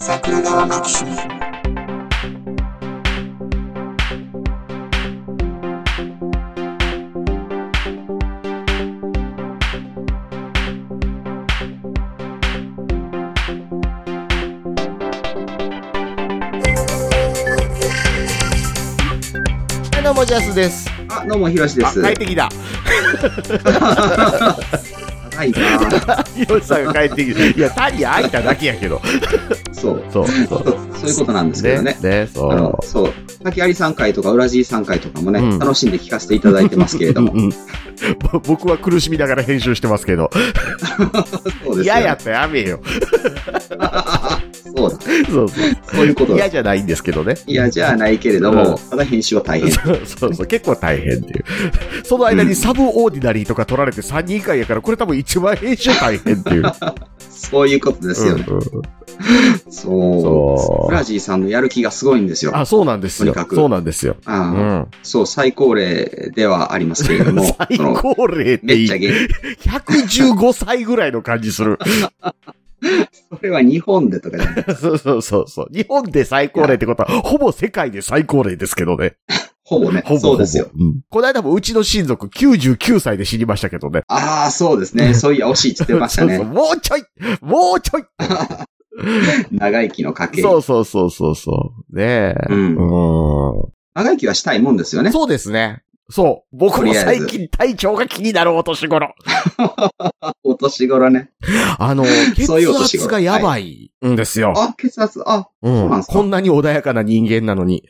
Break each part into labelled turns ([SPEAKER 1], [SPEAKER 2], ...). [SPEAKER 1] 桜川マキシム
[SPEAKER 2] はい、どうも、ジャスです。
[SPEAKER 3] あ、どうも、ひろしで
[SPEAKER 2] あ、
[SPEAKER 3] す。
[SPEAKER 2] 帰ってきた。
[SPEAKER 3] 高いな
[SPEAKER 2] ヒロシさんが帰ってきた。いや、単に開いただけやけど。
[SPEAKER 3] そう。
[SPEAKER 2] そう、そ
[SPEAKER 3] そうそういうことなんですけどね。
[SPEAKER 2] ね、そ
[SPEAKER 3] あの
[SPEAKER 2] う。
[SPEAKER 3] そう。滝有さん会とか、裏地さん会とかもね、
[SPEAKER 2] うん
[SPEAKER 3] 楽しんで聞かせていただいてますけれど も。
[SPEAKER 2] うんうんぼ僕は苦しみながら編集してますけど。
[SPEAKER 3] そうですよ
[SPEAKER 2] 嫌やったらやめよ。
[SPEAKER 3] そうだ。
[SPEAKER 2] そうそう。
[SPEAKER 3] そういうことだ
[SPEAKER 2] 嫌じゃないんですけどね。
[SPEAKER 3] いや、じゃあないけれど
[SPEAKER 2] うん
[SPEAKER 3] も、ただ編集は大変。
[SPEAKER 2] そうそうそう、結構大変っていう。その間にサブオーディナリーとか取られて3人以下やから、これ多分一番編集大変っていう。
[SPEAKER 3] そういうことですよね。
[SPEAKER 2] うんうんそ
[SPEAKER 3] そうう。裏地さんのやる気がすごいんですよ。
[SPEAKER 2] あ、そうなんですよ
[SPEAKER 3] とにか。く
[SPEAKER 2] そうなんですよ。う
[SPEAKER 3] ああ
[SPEAKER 2] ん。、
[SPEAKER 3] そう、最高齢ではありますけれども
[SPEAKER 2] 最
[SPEAKER 3] その
[SPEAKER 2] 高齢って
[SPEAKER 3] めっ
[SPEAKER 2] いい
[SPEAKER 3] ちゃ。元気。
[SPEAKER 2] 115歳ぐらいの感じする。
[SPEAKER 3] それは日本でとかじゃない。
[SPEAKER 2] そうそうそうそう。日本で最高齢ってことは、ほぼ世界で最高齢ですけどね。
[SPEAKER 3] ほぼね
[SPEAKER 2] ほぼ。
[SPEAKER 3] そうですよ。
[SPEAKER 2] ほぼうんこの間もうちの親族99歳で死にましたけどね。
[SPEAKER 3] ああ、そうですね。そういや、惜しいって言ってました
[SPEAKER 2] そうそ
[SPEAKER 3] ね。
[SPEAKER 2] うもうちょいもうちょい
[SPEAKER 3] 長生きの家系。
[SPEAKER 2] そうそうそうそうそう。ねえ。
[SPEAKER 3] うん
[SPEAKER 2] うん
[SPEAKER 3] 長生きはしたいもんですよね。
[SPEAKER 2] そうですね。そう。僕
[SPEAKER 3] と
[SPEAKER 2] も
[SPEAKER 3] りあえ
[SPEAKER 2] 最
[SPEAKER 3] ず
[SPEAKER 2] 近体調が気になるお年頃。
[SPEAKER 3] お年頃ね。
[SPEAKER 2] あの、血
[SPEAKER 3] そういうお年
[SPEAKER 2] 圧
[SPEAKER 3] 頃
[SPEAKER 2] がやばいんですよ。
[SPEAKER 3] あ、血圧、あ、
[SPEAKER 2] う
[SPEAKER 3] そうなん
[SPEAKER 2] ん、
[SPEAKER 3] ですか
[SPEAKER 2] こんなに穏やかな人間なのに。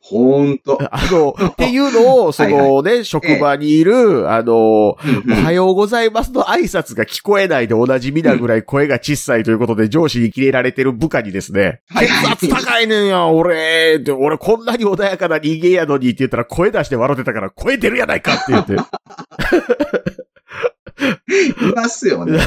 [SPEAKER 3] ほんと。
[SPEAKER 2] あの、っていう のを、そのね、職場にいる、あの、おはようございますの挨拶が聞こえないでおなじみなぐらい声が小さいということで上司にキレられてる部下にですね、
[SPEAKER 3] はいはい
[SPEAKER 2] 血圧高いねんや、俺、で俺こんなに穏やかな人間やのにって言ったら声出して笑ってたから声出るやないかって言って。
[SPEAKER 3] いますよね。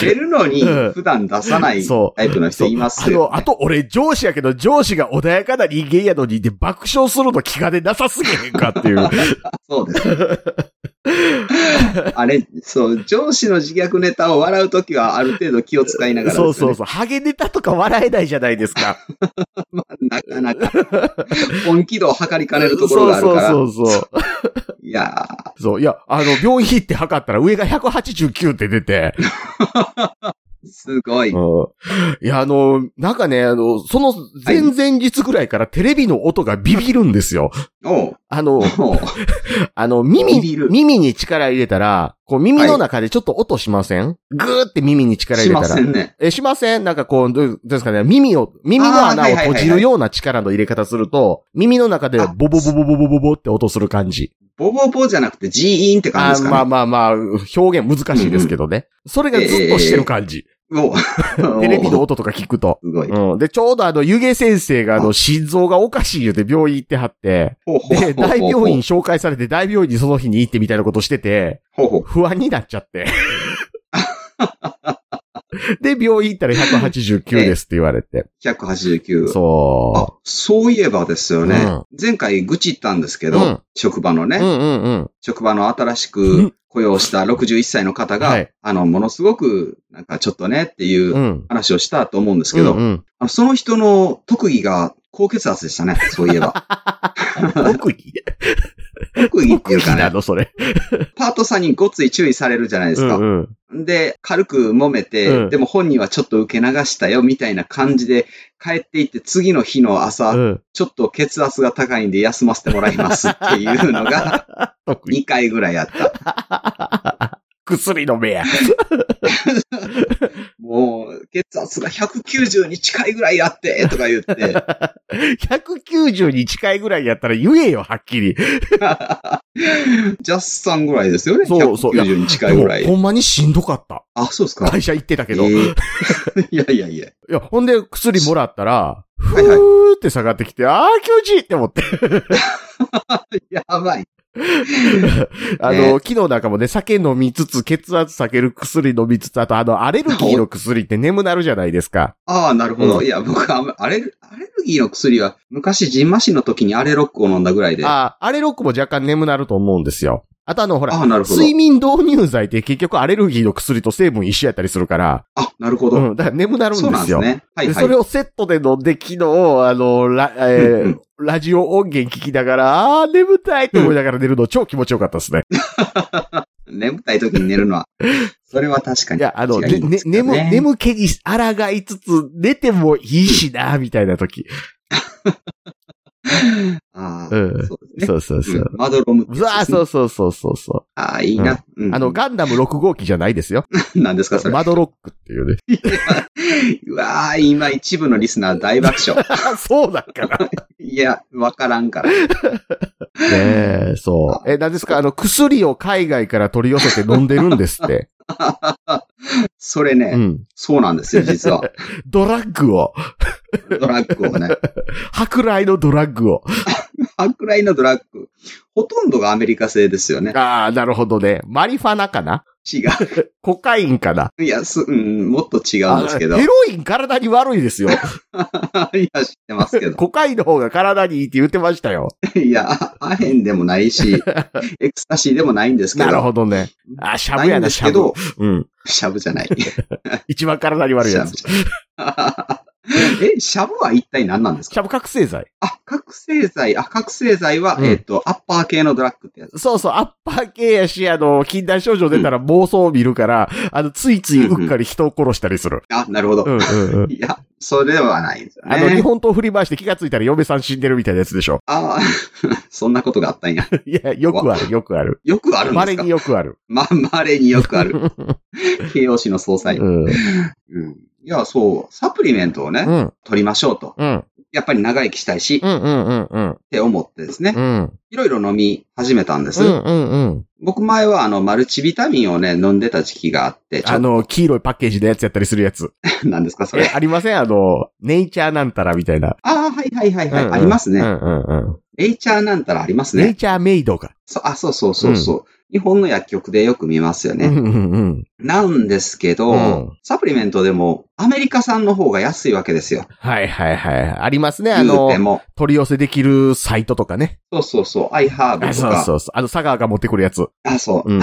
[SPEAKER 3] 出るのに
[SPEAKER 2] うん
[SPEAKER 3] 普段出さない
[SPEAKER 2] そう
[SPEAKER 3] タイプの人い ますよ、ね。
[SPEAKER 2] あの、あと俺上司やけど上司が穏やかな人間やのにで爆笑するの気兼ねなさすぎへんかっ ていう。
[SPEAKER 3] そう です。あれ、そう、上司の自虐ネタを笑うときはある程度気を使いながらです
[SPEAKER 2] そ
[SPEAKER 3] よ
[SPEAKER 2] う
[SPEAKER 3] ね、
[SPEAKER 2] そうそう。ハゲネタとか笑えないじゃないですか。
[SPEAKER 3] なかなか、本気度を測りかねるところがあるから。
[SPEAKER 2] そうそうそうそう。
[SPEAKER 3] いやー
[SPEAKER 2] そう、いや、あの、病院行って測ったら上が189って出て、
[SPEAKER 3] すごい。
[SPEAKER 2] いや、あの、なんかね、あの、その前々日ぐらいからテレビの音がビビるんですよ。
[SPEAKER 3] おう
[SPEAKER 2] あの、
[SPEAKER 3] おう
[SPEAKER 2] あの、耳、
[SPEAKER 3] ビビる
[SPEAKER 2] 耳に力入れたら、こう耳の中でちょっと音しません、ぐーって耳に力入
[SPEAKER 3] し
[SPEAKER 2] れた
[SPEAKER 3] ま
[SPEAKER 2] ら。
[SPEAKER 3] せんね。
[SPEAKER 2] え、しませんなんかこう、どういうどうですかね、耳を、耳の穴を閉じるような力の入れ方すると、耳の中でボボボボボボボボって音する感じ。
[SPEAKER 3] ボボボじゃなくてジーンって感
[SPEAKER 2] あ
[SPEAKER 3] じですかね。
[SPEAKER 2] まあまあまあ、表現難しいですけどね。それがずっとしてる感じ。
[SPEAKER 3] もう、
[SPEAKER 2] テレビの音とか聞くと。
[SPEAKER 3] すごい。
[SPEAKER 2] うん。で、ちょうどあの、湯気先生があの、心臓がおかしい言うて病院行ってはって、
[SPEAKER 3] ほうほうほうほ
[SPEAKER 2] で、
[SPEAKER 3] う
[SPEAKER 2] 大病院。紹介されて大病院にその日に行ってみたいなことしてて、
[SPEAKER 3] ほうほう。
[SPEAKER 2] 不安になっちゃって。 で、病院行ったら189ですって言われて。
[SPEAKER 3] 189。あ
[SPEAKER 2] そ、
[SPEAKER 3] そういえばですよね。
[SPEAKER 2] うん
[SPEAKER 3] 前回愚痴ったんですけど、
[SPEAKER 2] うん
[SPEAKER 3] 職場のね、
[SPEAKER 2] う。うんうんうん。
[SPEAKER 3] 職場の新し
[SPEAKER 2] うん
[SPEAKER 3] く雇用した61歳の方が、
[SPEAKER 2] はい。
[SPEAKER 3] あの、ものすごく、なんかちょっとねっていううん話をしたと思うんですけど、
[SPEAKER 2] うんうん、
[SPEAKER 3] あのその人の特技が高血圧でしたね、そういえば。
[SPEAKER 2] 特技
[SPEAKER 3] 特技ってい
[SPEAKER 2] 特
[SPEAKER 3] うか
[SPEAKER 2] 技な
[SPEAKER 3] ね、
[SPEAKER 2] のそれ。
[SPEAKER 3] パートさんにごっつい注意されるじゃないですか。
[SPEAKER 2] うんうん
[SPEAKER 3] で、軽く揉めて、
[SPEAKER 2] うん
[SPEAKER 3] でも本人はちょっと受け流したよ、みたいな感じで帰っていって、次の日の朝、
[SPEAKER 2] うん。
[SPEAKER 3] ちょっと血圧が高いんで休ませてもらいますっていうの が
[SPEAKER 2] 特技。
[SPEAKER 3] 2回ぐらいあった。
[SPEAKER 2] 薬の目や。
[SPEAKER 3] もう、血圧が190に近いぐらいあって、とか言 って、
[SPEAKER 2] 190に近いぐらいやったら言えよ、はっきり。
[SPEAKER 3] ジャスさんぐらいですよね。
[SPEAKER 2] そうそう
[SPEAKER 3] 190に近いぐら
[SPEAKER 2] でも
[SPEAKER 3] い。
[SPEAKER 2] ほんまにしんどかった。
[SPEAKER 3] あ、そうですか。
[SPEAKER 2] 会社行ってたけど。
[SPEAKER 3] え
[SPEAKER 2] い
[SPEAKER 3] ー いやいやいや。
[SPEAKER 2] や、ほんで薬もらったら、ふ
[SPEAKER 3] いはい
[SPEAKER 2] ーって下がってきて、あー気持ちいいって思って。
[SPEAKER 3] やばい。
[SPEAKER 2] あ
[SPEAKER 3] ね
[SPEAKER 2] の、昨日なんかもね、酒飲みつつ、血圧下げる薬飲みつつ、あとあの、アレルギーの薬って眠なるじゃないですか。
[SPEAKER 3] ああ、なるほど。
[SPEAKER 2] うん
[SPEAKER 3] いや、僕はあんまアレル、アレルギーの薬は、昔、ジンマシンの時にアレロックを飲んだぐらいで。
[SPEAKER 2] あー、アレロックも若干眠なると思うんですよ。ああとあの、ほら、
[SPEAKER 3] あ、なるほど。
[SPEAKER 2] 睡眠導入剤って結局アレルギーの薬と成分一緒やったりするから、
[SPEAKER 3] あ、なるほど。
[SPEAKER 2] うん、だから眠なるんです
[SPEAKER 3] そう
[SPEAKER 2] よ。
[SPEAKER 3] なんですね。はい
[SPEAKER 2] で
[SPEAKER 3] はい。
[SPEAKER 2] それをセットで飲んで、昨日、あの、ラ、え
[SPEAKER 3] うんう
[SPEAKER 2] ー、ラジオ音源聞きながら、あー、眠たいって思いながら寝るの超気持ちよかったですね。
[SPEAKER 3] 眠たい時に寝る のは、それは確かに。
[SPEAKER 2] いや、あの、
[SPEAKER 3] 違
[SPEAKER 2] で
[SPEAKER 3] いま
[SPEAKER 2] ね
[SPEAKER 3] すよ
[SPEAKER 2] 眠、
[SPEAKER 3] ね
[SPEAKER 2] 眠気に抗いつつ、寝てもいいしな、みたいな時。
[SPEAKER 3] ああ、
[SPEAKER 2] うん
[SPEAKER 3] そうですね。。
[SPEAKER 2] そうそうそううん
[SPEAKER 3] まどろむってやつですね。
[SPEAKER 2] あそうそうそうそうそ
[SPEAKER 3] ああ、いいな。う
[SPEAKER 2] う。
[SPEAKER 3] ん
[SPEAKER 2] あの、、ガンダム6号機じゃないですよ。
[SPEAKER 3] 何ですか、それ。
[SPEAKER 2] マドロックっていうね。
[SPEAKER 3] うわあ、今一部のリスナー大爆 笑。
[SPEAKER 2] あそうだから。ね
[SPEAKER 3] いや、わからんから。
[SPEAKER 2] え、そう。え、なんですかあの、薬を海外から取り寄せて飲んでるんですって。
[SPEAKER 3] それね、
[SPEAKER 2] うん。
[SPEAKER 3] そうなんですよ、実 は。
[SPEAKER 2] ドラッグを。
[SPEAKER 3] ドラッグをね。
[SPEAKER 2] 舶来のドラッグを。
[SPEAKER 3] あんくらいのドラッグ。ほとんどがアメリカ製ですよね。
[SPEAKER 2] ああ、なるほどね。マリファナかな
[SPEAKER 3] 違
[SPEAKER 2] コカインかな
[SPEAKER 3] う。いや、す、うん、もっと違うんですけど。
[SPEAKER 2] あ
[SPEAKER 3] い
[SPEAKER 2] ヘロイン体に悪いです よ。
[SPEAKER 3] や、知ってますけど。
[SPEAKER 2] コカインの方が体にいいって言ってましたよ。
[SPEAKER 3] いや、アヘンでもない し、エクスタシーでもないんですけど。
[SPEAKER 2] なるほどね。あ、しゃぶ
[SPEAKER 3] ない
[SPEAKER 2] や
[SPEAKER 3] ん
[SPEAKER 2] な、
[SPEAKER 3] で
[SPEAKER 2] し
[SPEAKER 3] す
[SPEAKER 2] ゃ
[SPEAKER 3] け
[SPEAKER 2] ぶ
[SPEAKER 3] ど。、
[SPEAKER 2] うん。
[SPEAKER 3] シャブじゃない。
[SPEAKER 2] 一番体に悪いやつ。
[SPEAKER 3] シャブ え、シャブは一体何なんです
[SPEAKER 2] しゃ
[SPEAKER 3] か
[SPEAKER 2] ぶ覚醒剤。
[SPEAKER 3] あ、覚醒剤、あ、覚醒剤は、
[SPEAKER 2] うん
[SPEAKER 3] えっ、と、アッパー系のドラッグってやつ。
[SPEAKER 2] そうそう、アッパー系やし、あの、禁断症状出たら妄想を見るから、あの、ついついうっかり人を殺したりする。
[SPEAKER 3] あ、なるほど。
[SPEAKER 2] うんうんうん。
[SPEAKER 3] いや、それではないんですよね。
[SPEAKER 2] あの、日本刀振り回して気がついたら嫁さん死んでるみたいなやつでし ょ。
[SPEAKER 3] あーそんなことがあったんや。
[SPEAKER 2] いや、よくある、よくある。
[SPEAKER 3] よくあるんで
[SPEAKER 2] 稀
[SPEAKER 3] すか
[SPEAKER 2] によくある。
[SPEAKER 3] ま、稀によくある。 形容詞の総裁。
[SPEAKER 2] うん。
[SPEAKER 3] うんいや、そう、サプリメントをね、
[SPEAKER 2] うん。
[SPEAKER 3] 取りましょうと。
[SPEAKER 2] うん。
[SPEAKER 3] やっぱり長生きしたいし、っ
[SPEAKER 2] うんうんうんうん。
[SPEAKER 3] て思ってですね
[SPEAKER 2] う、ん。
[SPEAKER 3] いろいろ飲み始めたんです。
[SPEAKER 2] うんうんうん。
[SPEAKER 3] 僕前はあの、マルチビタミンをね、飲んでた時期があって、ちょ
[SPEAKER 2] あ
[SPEAKER 3] っ
[SPEAKER 2] の、黄色いパッケージのやつやったりするやつ。
[SPEAKER 3] と、なんですか、そ
[SPEAKER 2] え、
[SPEAKER 3] れ。
[SPEAKER 2] ありませんあの、ネイチャーなんたらみたいな。
[SPEAKER 3] ああ、はいはいはいはい、
[SPEAKER 2] うんうん
[SPEAKER 3] あります
[SPEAKER 2] うん
[SPEAKER 3] ね。
[SPEAKER 2] うんうん。
[SPEAKER 3] レイチャーなんたらあります
[SPEAKER 2] ネイ
[SPEAKER 3] ね。
[SPEAKER 2] チャーメイドが。
[SPEAKER 3] そうあ、そうそうそうそう。日本の薬局でよく見ますよ
[SPEAKER 2] うん
[SPEAKER 3] ね。
[SPEAKER 2] うんうん。
[SPEAKER 3] なんですけ
[SPEAKER 2] う
[SPEAKER 3] ど
[SPEAKER 2] ん、
[SPEAKER 3] サプリメントでも、アメリカ産の方が安いわけですよ。
[SPEAKER 2] はいはいはい。ありますね。
[SPEAKER 3] 言
[SPEAKER 2] あ
[SPEAKER 3] うて
[SPEAKER 2] の、
[SPEAKER 3] も。
[SPEAKER 2] 取り寄せできるサイトとかね。
[SPEAKER 3] そうそうそう、アイハーブ
[SPEAKER 2] あ
[SPEAKER 3] と
[SPEAKER 2] そう
[SPEAKER 3] か。
[SPEAKER 2] そうそう。あの、佐川が持ってくるやつ。
[SPEAKER 3] あ、そう。
[SPEAKER 2] うん。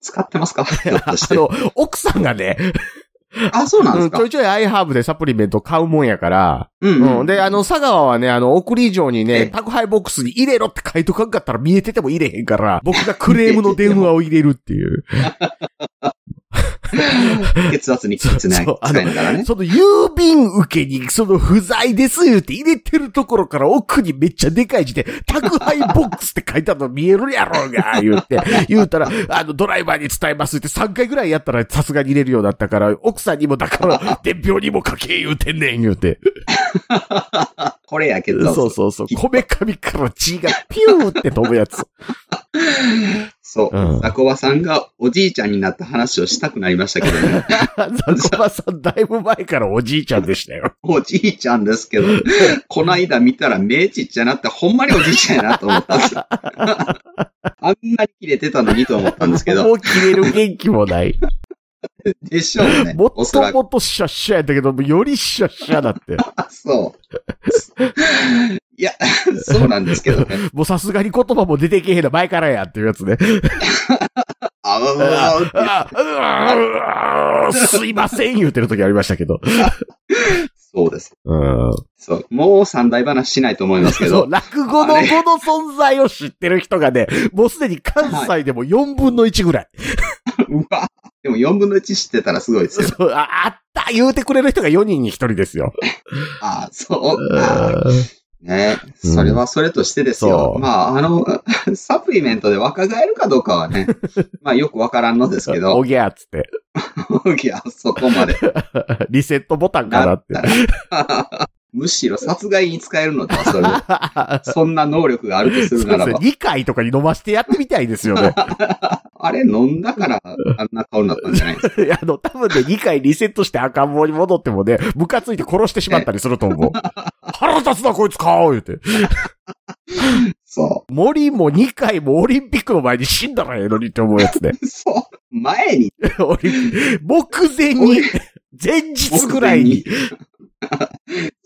[SPEAKER 3] 使ってますかひょっとし
[SPEAKER 2] あ
[SPEAKER 3] て。
[SPEAKER 2] の、奥さんがね、
[SPEAKER 3] あ、そうなんで
[SPEAKER 2] う
[SPEAKER 3] す
[SPEAKER 2] ん
[SPEAKER 3] か
[SPEAKER 2] ちょいちょいアイハーブでサプリメント買うもんやから。
[SPEAKER 3] うん
[SPEAKER 2] うん。で、あ、の、佐川はね、あの、送り状に
[SPEAKER 3] ええ
[SPEAKER 2] ね、宅配ボックスに入れろって書いとかんかったら見えてても入れへんから、僕がクレームの電話を入れるっていう。
[SPEAKER 3] 血圧に気をつけない、
[SPEAKER 2] そうそうあの
[SPEAKER 3] 使いながらね。
[SPEAKER 2] その郵便受けに、その不在です言うて入れてるところから奥にめっちゃでかい字で、宅配ボックスって書いてあるの見えるやろ うが、言うて、言うたら、あの、ドライバーに伝えますって3回ぐらいやったらさすがに入れるようになったから、奥さんにも だから、伝票にも書け言うてんねん、言うて。
[SPEAKER 3] これや血圧。
[SPEAKER 2] そうそうそう。こめかみから血がピューって飛ぶやつ。
[SPEAKER 3] そう。
[SPEAKER 2] うん
[SPEAKER 3] ザコバさんがおじいちゃんになった話をしたくなりましたけどね。
[SPEAKER 2] ザコバさん、だいぶ前からおじいちゃんでしたよ。
[SPEAKER 3] おじいちゃんです けど、こないだ見たら目ちっちゃなって、ほんまにおじいちゃんやなと思ったんです よ。あんなに切れてたのにと思ったんですけ
[SPEAKER 2] も
[SPEAKER 3] ど、
[SPEAKER 2] う切れる元気もない。
[SPEAKER 3] でしょうね。
[SPEAKER 2] も
[SPEAKER 3] お
[SPEAKER 2] っ
[SPEAKER 3] そら
[SPEAKER 2] と
[SPEAKER 3] く。
[SPEAKER 2] もっとシャッシャやったけど、よりシャッシャだって。
[SPEAKER 3] あそう。いや、そうなんですけどね。
[SPEAKER 2] もうさすがに言葉も出てけへんの前からやっていうやつね。
[SPEAKER 3] あうわー
[SPEAKER 2] あうわうわすいません言うてる時ありましたけど。
[SPEAKER 3] そうです。
[SPEAKER 2] うん。
[SPEAKER 3] そう。もう三大話しないと思いますけ
[SPEAKER 2] そう、
[SPEAKER 3] ど。
[SPEAKER 2] 落語の
[SPEAKER 3] あれ
[SPEAKER 2] 語の存在を知ってる人がね、もうすでに関西でも4分の1ぐらい。
[SPEAKER 3] うわでも4分の1知ってたらすごいですよ。
[SPEAKER 2] そうああった言うてくれる人が4人に1人ですよ。
[SPEAKER 3] ああ、そうか。ね
[SPEAKER 2] うん
[SPEAKER 3] それはそれとしてですよ。
[SPEAKER 2] そう
[SPEAKER 3] まあ、あの、 サプリメントで若返るかどうかは ね、まあよくわからんのですけ
[SPEAKER 2] お
[SPEAKER 3] ど、
[SPEAKER 2] ぎゃーっつって。
[SPEAKER 3] いや、そこまで。
[SPEAKER 2] リセットボタンかなって
[SPEAKER 3] な。むしろ殺害に使えるのとはそれ、 そんな能力があるとす
[SPEAKER 2] そう
[SPEAKER 3] る
[SPEAKER 2] で
[SPEAKER 3] な
[SPEAKER 2] す
[SPEAKER 3] らば。
[SPEAKER 2] ね2回とかに飲ましてやってみたいですよね。
[SPEAKER 3] あれ飲んだから、あんな顔になったんじゃないですか。
[SPEAKER 2] い やあの、多分ね、2回リセットして赤ん坊に戻ってもね、ムカついて殺してしまったりすると思う。 腹立つな、こいつか言うて。
[SPEAKER 3] そ
[SPEAKER 2] 森も2回もオリンピックの前に死んだらええのにって思うや つね。
[SPEAKER 3] う。そう。前に、
[SPEAKER 2] オリンピック目前に、前日ぐらいに。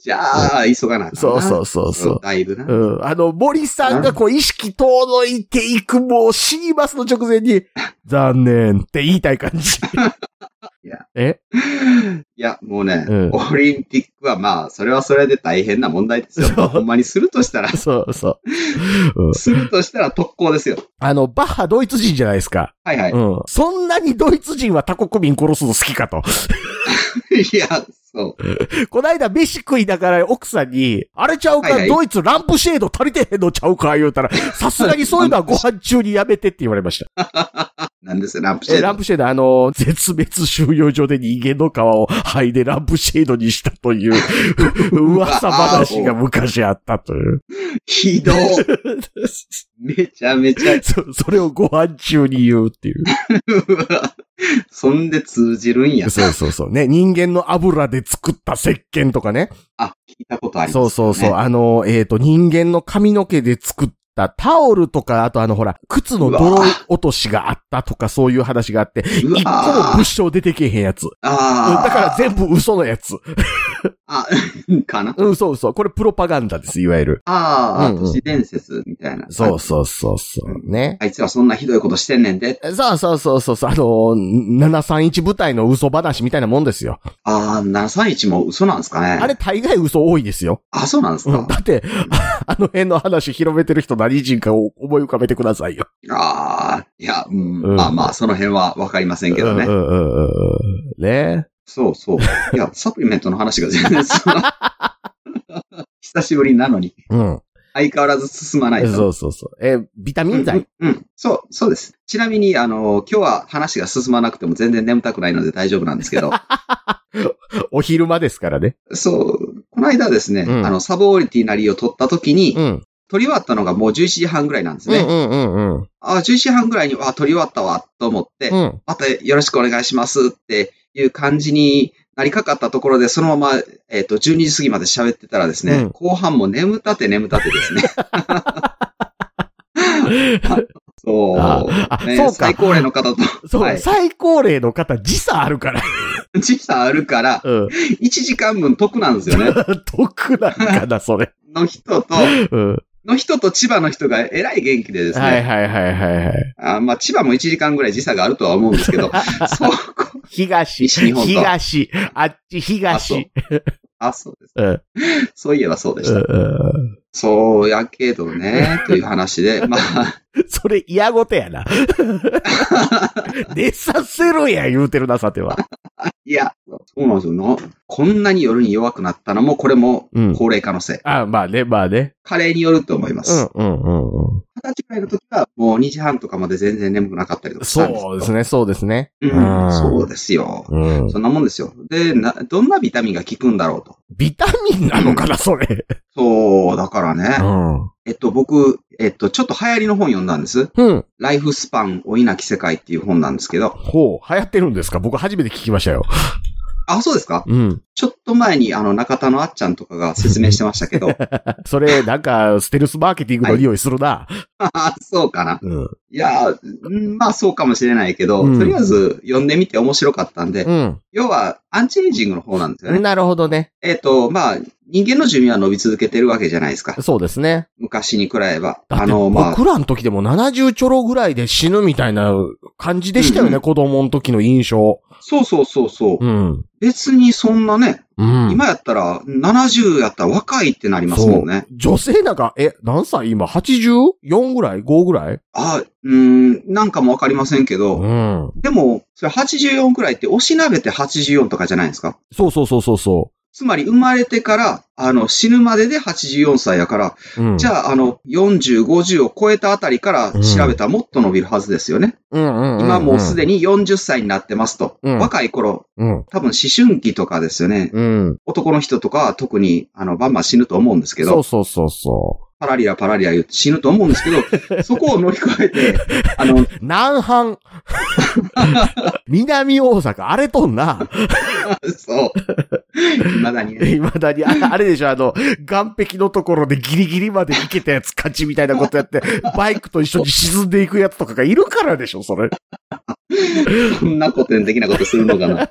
[SPEAKER 3] じゃあ、急がなあかんな。
[SPEAKER 2] そうそうそうそう。
[SPEAKER 3] だいぶな。
[SPEAKER 2] うん。あの、森さんがこう意識遠のいていく、もう死にますの直前 に、残念って言いたい感 じ。
[SPEAKER 3] いや、もうね、
[SPEAKER 2] うん
[SPEAKER 3] オリンピックはまあ、それはそれで大変な問題ですよ。
[SPEAKER 2] そう
[SPEAKER 3] ほんまにするとしたら、
[SPEAKER 2] そうそう。うん
[SPEAKER 3] するとしたら特攻ですよ。
[SPEAKER 2] あの、バッハドイツ人じゃないですか。
[SPEAKER 3] はいはい。
[SPEAKER 2] うん。そんなにドイツ人は他国民殺すの好きかと。
[SPEAKER 3] いや、そう。
[SPEAKER 2] こないだ飯食いながら奥さんに、あれちゃうか、
[SPEAKER 3] はいはい
[SPEAKER 2] ドイツランプシェード足りてへんのちゃうか言 うたら、さすがにそういうのはご飯中にやめてって言われました。
[SPEAKER 3] なんですよ、ランプシェ
[SPEAKER 2] え、
[SPEAKER 3] ード。
[SPEAKER 2] ランプシェード、あの、絶滅収容所で人間の皮を剥いでランプシェードにしたと いう噂話が昔あったという。
[SPEAKER 3] ひどっめちゃめちゃ、
[SPEAKER 2] そそれをご飯中に言うっていう。
[SPEAKER 3] うわそんで通じるんや。
[SPEAKER 2] そうそうそう。ね、人間の油で作った石鹸とかね。
[SPEAKER 3] あ、聞いたことあります、
[SPEAKER 2] そうそうそう。
[SPEAKER 3] ね
[SPEAKER 2] あの、えっ、と、人間の髪の毛で作ったタオルとか、あとあの、ほら、靴の泥落としがあったとか、そういう話があって、
[SPEAKER 3] うわ
[SPEAKER 2] 一個も物証出てけへんやつ。うん
[SPEAKER 3] あー
[SPEAKER 2] だから全部嘘のやつ。
[SPEAKER 3] あ、 かな
[SPEAKER 2] うん、そうそう。これプロパガンダです、いわゆる。
[SPEAKER 3] ああ、
[SPEAKER 2] うんうん
[SPEAKER 3] 都市伝説みたいな。
[SPEAKER 2] そうそうそうそう。ね。
[SPEAKER 3] あいつはそんなひどいことしてんねんで。
[SPEAKER 2] そうそうそうそうそう。あの、731部隊の嘘話みたいなもんですよ。
[SPEAKER 3] ああ、731も嘘なんですかね。
[SPEAKER 2] あれ大概嘘多いですよ。
[SPEAKER 3] あ、そうなんです
[SPEAKER 2] うん
[SPEAKER 3] か。
[SPEAKER 2] だって、 あの辺の話広めてる人何人かを思い浮かべてくださいよ。
[SPEAKER 3] ああ、いや、うん、
[SPEAKER 2] うん
[SPEAKER 3] まあまあ、その辺はわかりませんけどね。
[SPEAKER 2] うんうんうんうんね
[SPEAKER 3] そうそう。いや、サプリメントの話が全然その 久しぶりなのに、
[SPEAKER 2] うん。
[SPEAKER 3] 相変わらず進まない。
[SPEAKER 2] そうそうそう。え、ビタミン剤。
[SPEAKER 3] うん、うんそう、そうです。ちなみに、あの、今日は話が進まなくても全然眠たくないので大丈夫なんですけ ど、
[SPEAKER 2] お昼間ですからね。
[SPEAKER 3] そう、この間ですね、
[SPEAKER 2] うん
[SPEAKER 3] あの、サブオリティなりを取った時に、
[SPEAKER 2] うん。
[SPEAKER 3] 取り終わったのがもう11時半ぐらいなんです
[SPEAKER 2] うん
[SPEAKER 3] ね。
[SPEAKER 2] うんうんうん。
[SPEAKER 3] あ、11時半ぐらいに、あ、取り終わったわ、と思って、
[SPEAKER 2] うん。
[SPEAKER 3] またよろしくお願いしますっていう感じになりかかったところで、そのまま、えっ、と、12時過ぎまで喋ってたらですね、
[SPEAKER 2] うん
[SPEAKER 3] 後半も眠たて眠たてですね。 そう。
[SPEAKER 2] ああ
[SPEAKER 3] ね
[SPEAKER 2] そうか
[SPEAKER 3] 最高齢の方と、
[SPEAKER 2] そう、
[SPEAKER 3] はい
[SPEAKER 2] 最高齢の方、時差あるから。
[SPEAKER 3] 時差あるから、
[SPEAKER 2] うん。
[SPEAKER 3] 1時間分得なんですよね。
[SPEAKER 2] 得なんかな、それ。
[SPEAKER 3] の人と、
[SPEAKER 2] うん。
[SPEAKER 3] の人と千葉の人がえらい元気でですね、
[SPEAKER 2] はいはいはいはいはい。
[SPEAKER 3] あまあ千葉も1時間ぐらい時差があるとは思うんですけ ど、そこ、
[SPEAKER 2] 東、
[SPEAKER 3] 西日本と
[SPEAKER 2] 東、あっち東。
[SPEAKER 3] あ、そうです。
[SPEAKER 2] うん
[SPEAKER 3] そういえばそうでした。
[SPEAKER 2] うん
[SPEAKER 3] そうやけどね、という話 で、まあ、
[SPEAKER 2] それ嫌ごと やな。寝させろや、言うてるな、さては。
[SPEAKER 3] いや、そうなんですよな。こんなに夜に弱くなったのも、これも
[SPEAKER 2] うん。
[SPEAKER 3] 高齢化のせい。
[SPEAKER 2] あまあね、まあね。
[SPEAKER 3] 加齢によると思いま
[SPEAKER 2] う
[SPEAKER 3] す。
[SPEAKER 2] ん、うん、うん。うん
[SPEAKER 3] 二、十、歳ぐらいの時は、もう2時半とかまで全然眠くなかったりとかしたんです
[SPEAKER 2] そうですね、そうですね。
[SPEAKER 3] けど。
[SPEAKER 2] うん
[SPEAKER 3] うん、そうですよ。
[SPEAKER 2] うん。
[SPEAKER 3] そんなもんですよ。で、な、どんなビタミンが効くんだろうと。
[SPEAKER 2] ビタミンなのかな、それ。
[SPEAKER 3] そう、だからね。
[SPEAKER 2] うん。
[SPEAKER 3] えっと、僕、えっと、ちょっと流行りの本読んだんです。
[SPEAKER 2] うん。
[SPEAKER 3] ライフスパン、老いなき世界っていう本なんですけど。
[SPEAKER 2] ほう、流行ってるんですか僕初めて聞きましたよ。
[SPEAKER 3] あ、そうですか
[SPEAKER 2] うん。
[SPEAKER 3] ちょっと前に、あの、中田のあっちゃんとかが説明してましたけど。
[SPEAKER 2] それ、なんか、ステルスマーケティングの匂いするな。
[SPEAKER 3] あそうかな。
[SPEAKER 2] うん。
[SPEAKER 3] いやー、うんまあそうかもしれないけど、
[SPEAKER 2] うん
[SPEAKER 3] とりあえず読んでみて面白かったんで、
[SPEAKER 2] う
[SPEAKER 3] 要はアンチエイジングの方なんですよね。
[SPEAKER 2] なるほどね。
[SPEAKER 3] えっ、と、まあ、人間の寿命は伸び続けてるわけじゃないですか。
[SPEAKER 2] そうですね。
[SPEAKER 3] 昔に比べば。
[SPEAKER 2] だって
[SPEAKER 3] あの、まあ、
[SPEAKER 2] 僕らの時でも70ちょろぐらいで死ぬみたいな感じでしたよね、
[SPEAKER 3] うんうん
[SPEAKER 2] 子供の時の印象。
[SPEAKER 3] そうそうそうそう。
[SPEAKER 2] うん。
[SPEAKER 3] 別にそんなね、
[SPEAKER 2] うん。
[SPEAKER 3] 今やったら70やったら若いってなりますもんね。
[SPEAKER 2] そう女性なんか、え、何歳今 ?84 ぐらい ?5 ぐらい
[SPEAKER 3] あ、うん、なんかもわかりませんけど、
[SPEAKER 2] うん。
[SPEAKER 3] でも、それ84くらいって、おしなべて84とかじゃないですか。
[SPEAKER 2] そうそうそうそうそ
[SPEAKER 3] つまり、生まれてから、あの、死ぬまでで84歳やから、
[SPEAKER 2] う。うん。
[SPEAKER 3] じ
[SPEAKER 2] あ、
[SPEAKER 3] ゃあ、あの、40、50を超えたあたりから調べたらもっと伸びるはずですよね。
[SPEAKER 2] うんうんんん
[SPEAKER 3] 今もうすでに40歳になってますと。
[SPEAKER 2] うん
[SPEAKER 3] 若い頃、
[SPEAKER 2] うん。
[SPEAKER 3] 多分思春期とかですよね。
[SPEAKER 2] うん。
[SPEAKER 3] 男の人とかは特に、あの、バンバン死ぬと思うんですけ
[SPEAKER 2] そう
[SPEAKER 3] ど、
[SPEAKER 2] そうそうそ
[SPEAKER 3] パラリラパラリラ言って死ぬと思うんですけ ど、そこを乗り越えて、あの、
[SPEAKER 2] う。南阪。南大阪、あれとんな。
[SPEAKER 3] そう。未だにね。
[SPEAKER 2] いまだに、ああれでしょ、あの、岸壁のところでギリギリまで行けたやつ勝ちみたいなことやって、バイクと一緒に沈んでいくやつとかがいるからでしょ、それ。
[SPEAKER 3] こんな古典 的なことするのかな。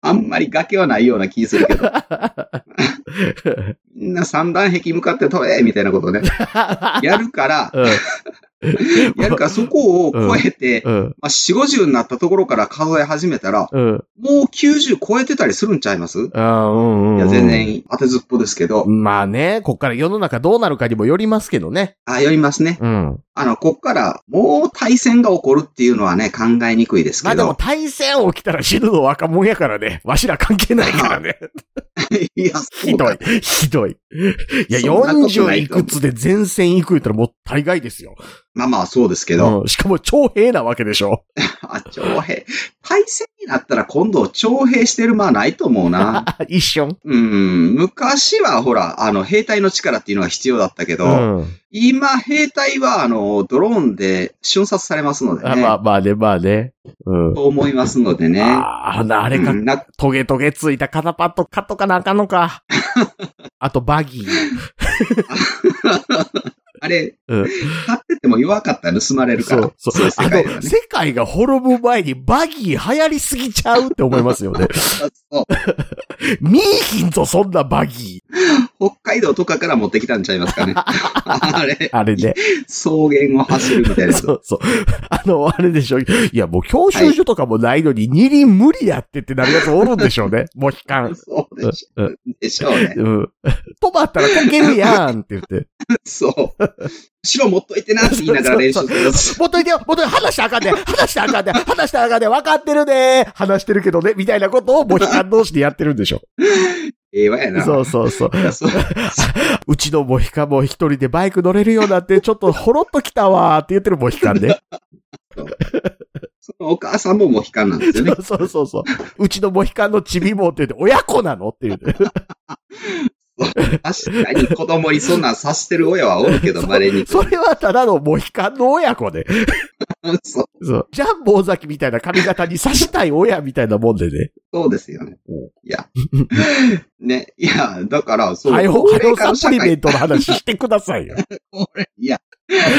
[SPEAKER 3] あんまり崖はないような気するけど。みんな三段壁向かって飛べみたいなことね。やるから、
[SPEAKER 2] うん。
[SPEAKER 3] やるからそこを超えて、
[SPEAKER 2] うん。
[SPEAKER 3] まあ、4、50になったところから数え始めたら、
[SPEAKER 2] うん。
[SPEAKER 3] もう90超えてたりするんちゃいます
[SPEAKER 2] あーうんうんうん。
[SPEAKER 3] いや、全然当てずっぽですけど、
[SPEAKER 2] まあね、こっから世の中どうなるかにもよりますけどね。
[SPEAKER 3] あ、よりますね。
[SPEAKER 2] うん。
[SPEAKER 3] あの、こっから、もう対戦が起こるっていうのはね、考えにくいです
[SPEAKER 2] まあ
[SPEAKER 3] け
[SPEAKER 2] で
[SPEAKER 3] ど。
[SPEAKER 2] も対戦起きたら死ぬの若者やからね。わしら関係ないからね。
[SPEAKER 3] いや、そう
[SPEAKER 2] ひど
[SPEAKER 3] か
[SPEAKER 2] い。。ひどい。 いや、
[SPEAKER 3] そんなことな
[SPEAKER 2] 40
[SPEAKER 3] い
[SPEAKER 2] いくつで前線行く言ったらもう大概ですよ。
[SPEAKER 3] まあまあ、そうですけど、
[SPEAKER 2] うん。しかも徴兵なわけでしょ。
[SPEAKER 3] あ、徴兵。対戦になったら今度、徴兵してる間はないと思う な。
[SPEAKER 2] 一瞬。
[SPEAKER 3] うん、昔はほら、あの、兵隊の力っていうのが必要だったけど、
[SPEAKER 2] うん。
[SPEAKER 3] 今、兵隊は、あの、ドローンで瞬殺されますので
[SPEAKER 2] あ
[SPEAKER 3] ね。
[SPEAKER 2] まあまあね、まあね。うん。
[SPEAKER 3] と思いますのでね。
[SPEAKER 2] ああ、ほなあれか
[SPEAKER 3] う、んな
[SPEAKER 2] トゲトゲついた肩パッドカットかなあかんの か。あと、バギー。
[SPEAKER 3] あれ、
[SPEAKER 2] うん
[SPEAKER 3] 買ってても弱かったら盗まれるか
[SPEAKER 2] そ
[SPEAKER 3] ら
[SPEAKER 2] う。、そう。
[SPEAKER 3] そういう世
[SPEAKER 2] あ
[SPEAKER 3] 界では
[SPEAKER 2] の、
[SPEAKER 3] ね。
[SPEAKER 2] 世界が滅ぶ前にバギー流行りすぎちゃうって思いますよ ね。
[SPEAKER 3] そう
[SPEAKER 2] 見えひんぞ、そんなバギー。
[SPEAKER 3] 北海道とかから持ってきたんちゃいますか ね。あれ、
[SPEAKER 2] あれで。
[SPEAKER 3] 草原を走るみたいなやつ。
[SPEAKER 2] そう そう。あの、あれでしょ。いや、もう教習所とかもないのに、二輪無理やってってなるやつおるんでしょ うね。もう悲観。
[SPEAKER 3] そうでしょでしょうね。
[SPEAKER 2] うん。止まったらこけるやんって言って。
[SPEAKER 3] そう。白持っといてなって言いながら練習するやつ。
[SPEAKER 2] もっといてよ、もっといて話したらあかんで、話したらあかんで、話したらあかんで、分かってるで、話してるけどね、みたいなことをもう悲観同士でやってるんでしょ。
[SPEAKER 3] ええわ やな。
[SPEAKER 2] そうそうそう。
[SPEAKER 3] そう
[SPEAKER 2] うちのモヒカンも一人でバイク乗れるようになって、ちょっとほろっときたわーって言ってるモヒカンね。
[SPEAKER 3] そのお母さんもモヒカンなんですよね。
[SPEAKER 2] そうそうそう。うちのモヒカンのちびもって言って、親子なのって言って。
[SPEAKER 3] 確かに子供にそんなんさしてる親はおるけど、稀に。
[SPEAKER 2] それはただのモヒカンの親子で。
[SPEAKER 3] そう
[SPEAKER 2] そう。ジャンボ尾崎みたいな髪型に刺したい親みたいなもんでね。
[SPEAKER 3] そうですよね。いや。ね。いや、だから、そう。
[SPEAKER 2] はよ、
[SPEAKER 3] 高
[SPEAKER 2] は
[SPEAKER 3] 齢
[SPEAKER 2] よ
[SPEAKER 3] 化の
[SPEAKER 2] サ
[SPEAKER 3] 社
[SPEAKER 2] プリメ
[SPEAKER 3] 会
[SPEAKER 2] ントの話してくださいよ。
[SPEAKER 3] いや。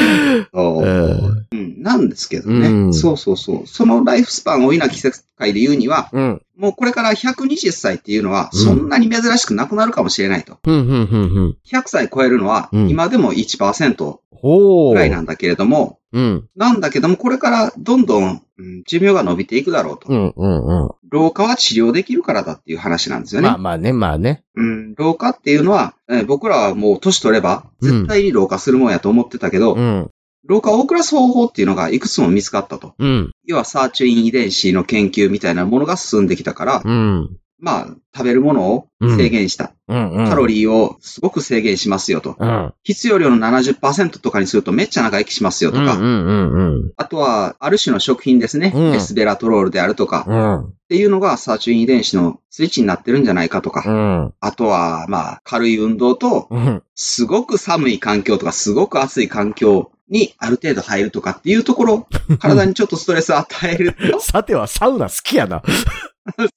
[SPEAKER 3] そ
[SPEAKER 2] うん。
[SPEAKER 3] う。うん。なんですけどね。
[SPEAKER 2] うん
[SPEAKER 3] そうそうそう。そのライフスパンをいな季節界で言うには、
[SPEAKER 2] うん。
[SPEAKER 3] もうこれから120歳っていうのは、
[SPEAKER 2] うん
[SPEAKER 3] そんなに珍しくなくなるかもしれないと。
[SPEAKER 2] ふんふんふんふん。
[SPEAKER 3] 100歳超えるのは、
[SPEAKER 2] うん
[SPEAKER 3] 今でも1%
[SPEAKER 2] ほ
[SPEAKER 3] ぐ
[SPEAKER 2] う。
[SPEAKER 3] らいなんだけれども、
[SPEAKER 2] うん。
[SPEAKER 3] なんだけども、これからどんどん、うん寿命が伸びていくだろうと。
[SPEAKER 2] ん、うん、う
[SPEAKER 3] 老化は治療できるからだっていう話なんですよね。
[SPEAKER 2] まあまあね、まあね。
[SPEAKER 3] うん、老化っていうのは、えー僕らはもう年取れば、
[SPEAKER 2] うん
[SPEAKER 3] 絶対に老化するもんやと思ってたけど、
[SPEAKER 2] うん。
[SPEAKER 3] 老化を遅らす方法っていうのがいくつも見つかったと。
[SPEAKER 2] うん。
[SPEAKER 3] 要はサーチュイン遺伝子の研究みたいなものが進んできたから、
[SPEAKER 2] うん。
[SPEAKER 3] まあ、食べるものを制限した。
[SPEAKER 2] うん、うん。
[SPEAKER 3] カロ
[SPEAKER 2] リ
[SPEAKER 3] リーをすごく制限しますよと。
[SPEAKER 2] うん。
[SPEAKER 3] 必要量の70%とかにするとめっちゃ長生きしますよと
[SPEAKER 2] うん、
[SPEAKER 3] か。
[SPEAKER 2] うん、うん、
[SPEAKER 3] あとは、ある種の食品ですね。
[SPEAKER 2] うん
[SPEAKER 3] エスベラトロールであるとか、っ
[SPEAKER 2] うん。
[SPEAKER 3] ていうのがサーチュイン遺伝子のスイッチになってるんじゃないかとか。
[SPEAKER 2] うん。
[SPEAKER 3] あとは、まあ、軽い運動と、
[SPEAKER 2] うん。
[SPEAKER 3] すごく寒い環境とか、すごく暑い環境にある程度入るとかっていうとこ ろ、体にちょっとストレスを与えると、
[SPEAKER 2] さては、サウナ好きやな。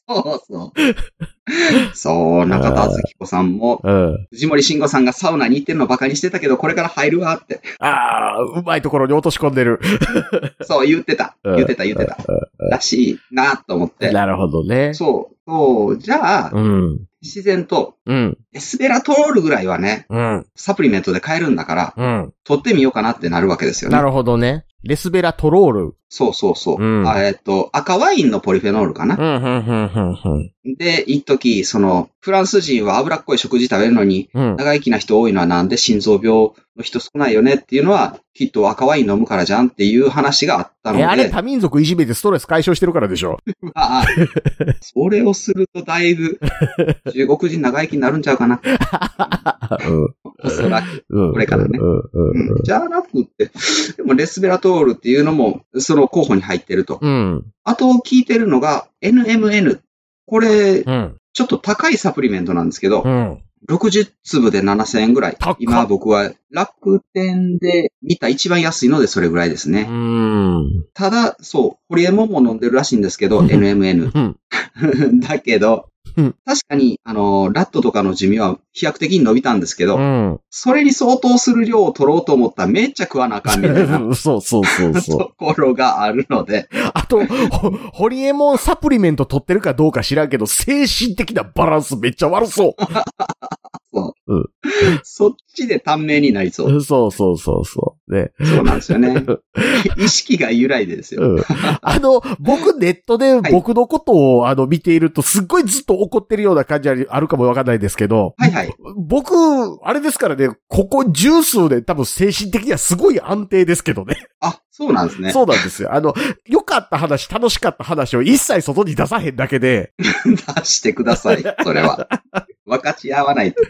[SPEAKER 3] そうそう。そう、中田敦彦さんも、
[SPEAKER 2] うん。
[SPEAKER 3] 藤森慎吾さんがサウナに行ってるのバカにしてたけど、これから入るわって、
[SPEAKER 2] ああ、うまいところに落とし込んでる。
[SPEAKER 3] そう言ってた。
[SPEAKER 2] うん
[SPEAKER 3] 言ってた、言ってた。らしいなと思って。
[SPEAKER 2] なるほどね。
[SPEAKER 3] そう、そう、じゃあ、
[SPEAKER 2] うん。
[SPEAKER 3] 自然と、
[SPEAKER 2] うん。
[SPEAKER 3] エスベラトロールぐらいはね、
[SPEAKER 2] うん。
[SPEAKER 3] サプリメントで買えるんだから、
[SPEAKER 2] うん。
[SPEAKER 3] 取ってみようかなってなるわけですよね
[SPEAKER 2] な。るほどね。レスベラトロール。
[SPEAKER 3] そうそうそう。
[SPEAKER 2] うん
[SPEAKER 3] あえっと、赤ワインのポリフェノールかな
[SPEAKER 2] う。ん、うん、うん、うん、
[SPEAKER 3] で、一時、その、フランス人は脂っこい食事食べるのに、
[SPEAKER 2] うん。うん。
[SPEAKER 3] 長生きな人多いのはなんで心臓病の人少ないよねっていうのは、きっと赤ワイン飲むからじゃんっていう話があったの
[SPEAKER 2] え、あれ
[SPEAKER 3] で、
[SPEAKER 2] 多民族いじめてストレス解消してるからでしょ。
[SPEAKER 3] まあ、それをするとだいぶ、中国人長生きになるんちゃうかな。おそらく。
[SPEAKER 2] うん。
[SPEAKER 3] これからね
[SPEAKER 2] うん、うん、
[SPEAKER 3] うんじゃなくって、でもレスベラトールっていうのも、その候補に入ってると。
[SPEAKER 2] うん。
[SPEAKER 3] あと聞いてるのが、NMN。これ、
[SPEAKER 2] うん。
[SPEAKER 3] ちょっと高いサプリメントなんですけど
[SPEAKER 2] う、ん。
[SPEAKER 3] 60粒で7000円ぐらい
[SPEAKER 2] 高っ。
[SPEAKER 3] 今僕は楽天で見た一番安いのでそれぐらいです
[SPEAKER 2] う
[SPEAKER 3] ね。
[SPEAKER 2] ん。
[SPEAKER 3] ただ、そう、ホリエモンも飲んでるらしいんですけど、NMN。
[SPEAKER 2] うん。
[SPEAKER 3] だけど
[SPEAKER 2] うん、
[SPEAKER 3] 確かに、あの、ラットとかの寿命は飛躍的に伸びたんですけ
[SPEAKER 2] う
[SPEAKER 3] ど、
[SPEAKER 2] ん。
[SPEAKER 3] それに相当する量を取ろうと思ったらめっちゃ食わなあかんみたいな
[SPEAKER 2] そうそうそうそう。
[SPEAKER 3] ところがあるので、
[SPEAKER 2] あと、ほホリエモンサプリメント取ってるかどうか知らんけど、精神的なバランスめっちゃ悪そう。うん
[SPEAKER 3] そっちで短命になりそう。
[SPEAKER 2] そうそうそうそう。ね。
[SPEAKER 3] そうなんですよ ね。意識が由来ですよ。
[SPEAKER 2] うん。 あの、僕ネットで
[SPEAKER 3] い
[SPEAKER 2] 僕のことをあの見ているとすっごいずっと怒ってるような感じありあるかもわかんないですけど、
[SPEAKER 3] はいはい。
[SPEAKER 2] 僕、あれですからね、ここ十数年多分精神的にはすごい安定ですけどね。
[SPEAKER 3] あ、そうなんですね。
[SPEAKER 2] そうなんですよ。あの、良かった話、楽しかった話を一切外に出さへんだけで、
[SPEAKER 3] 出してください。それは。分かち合わないと。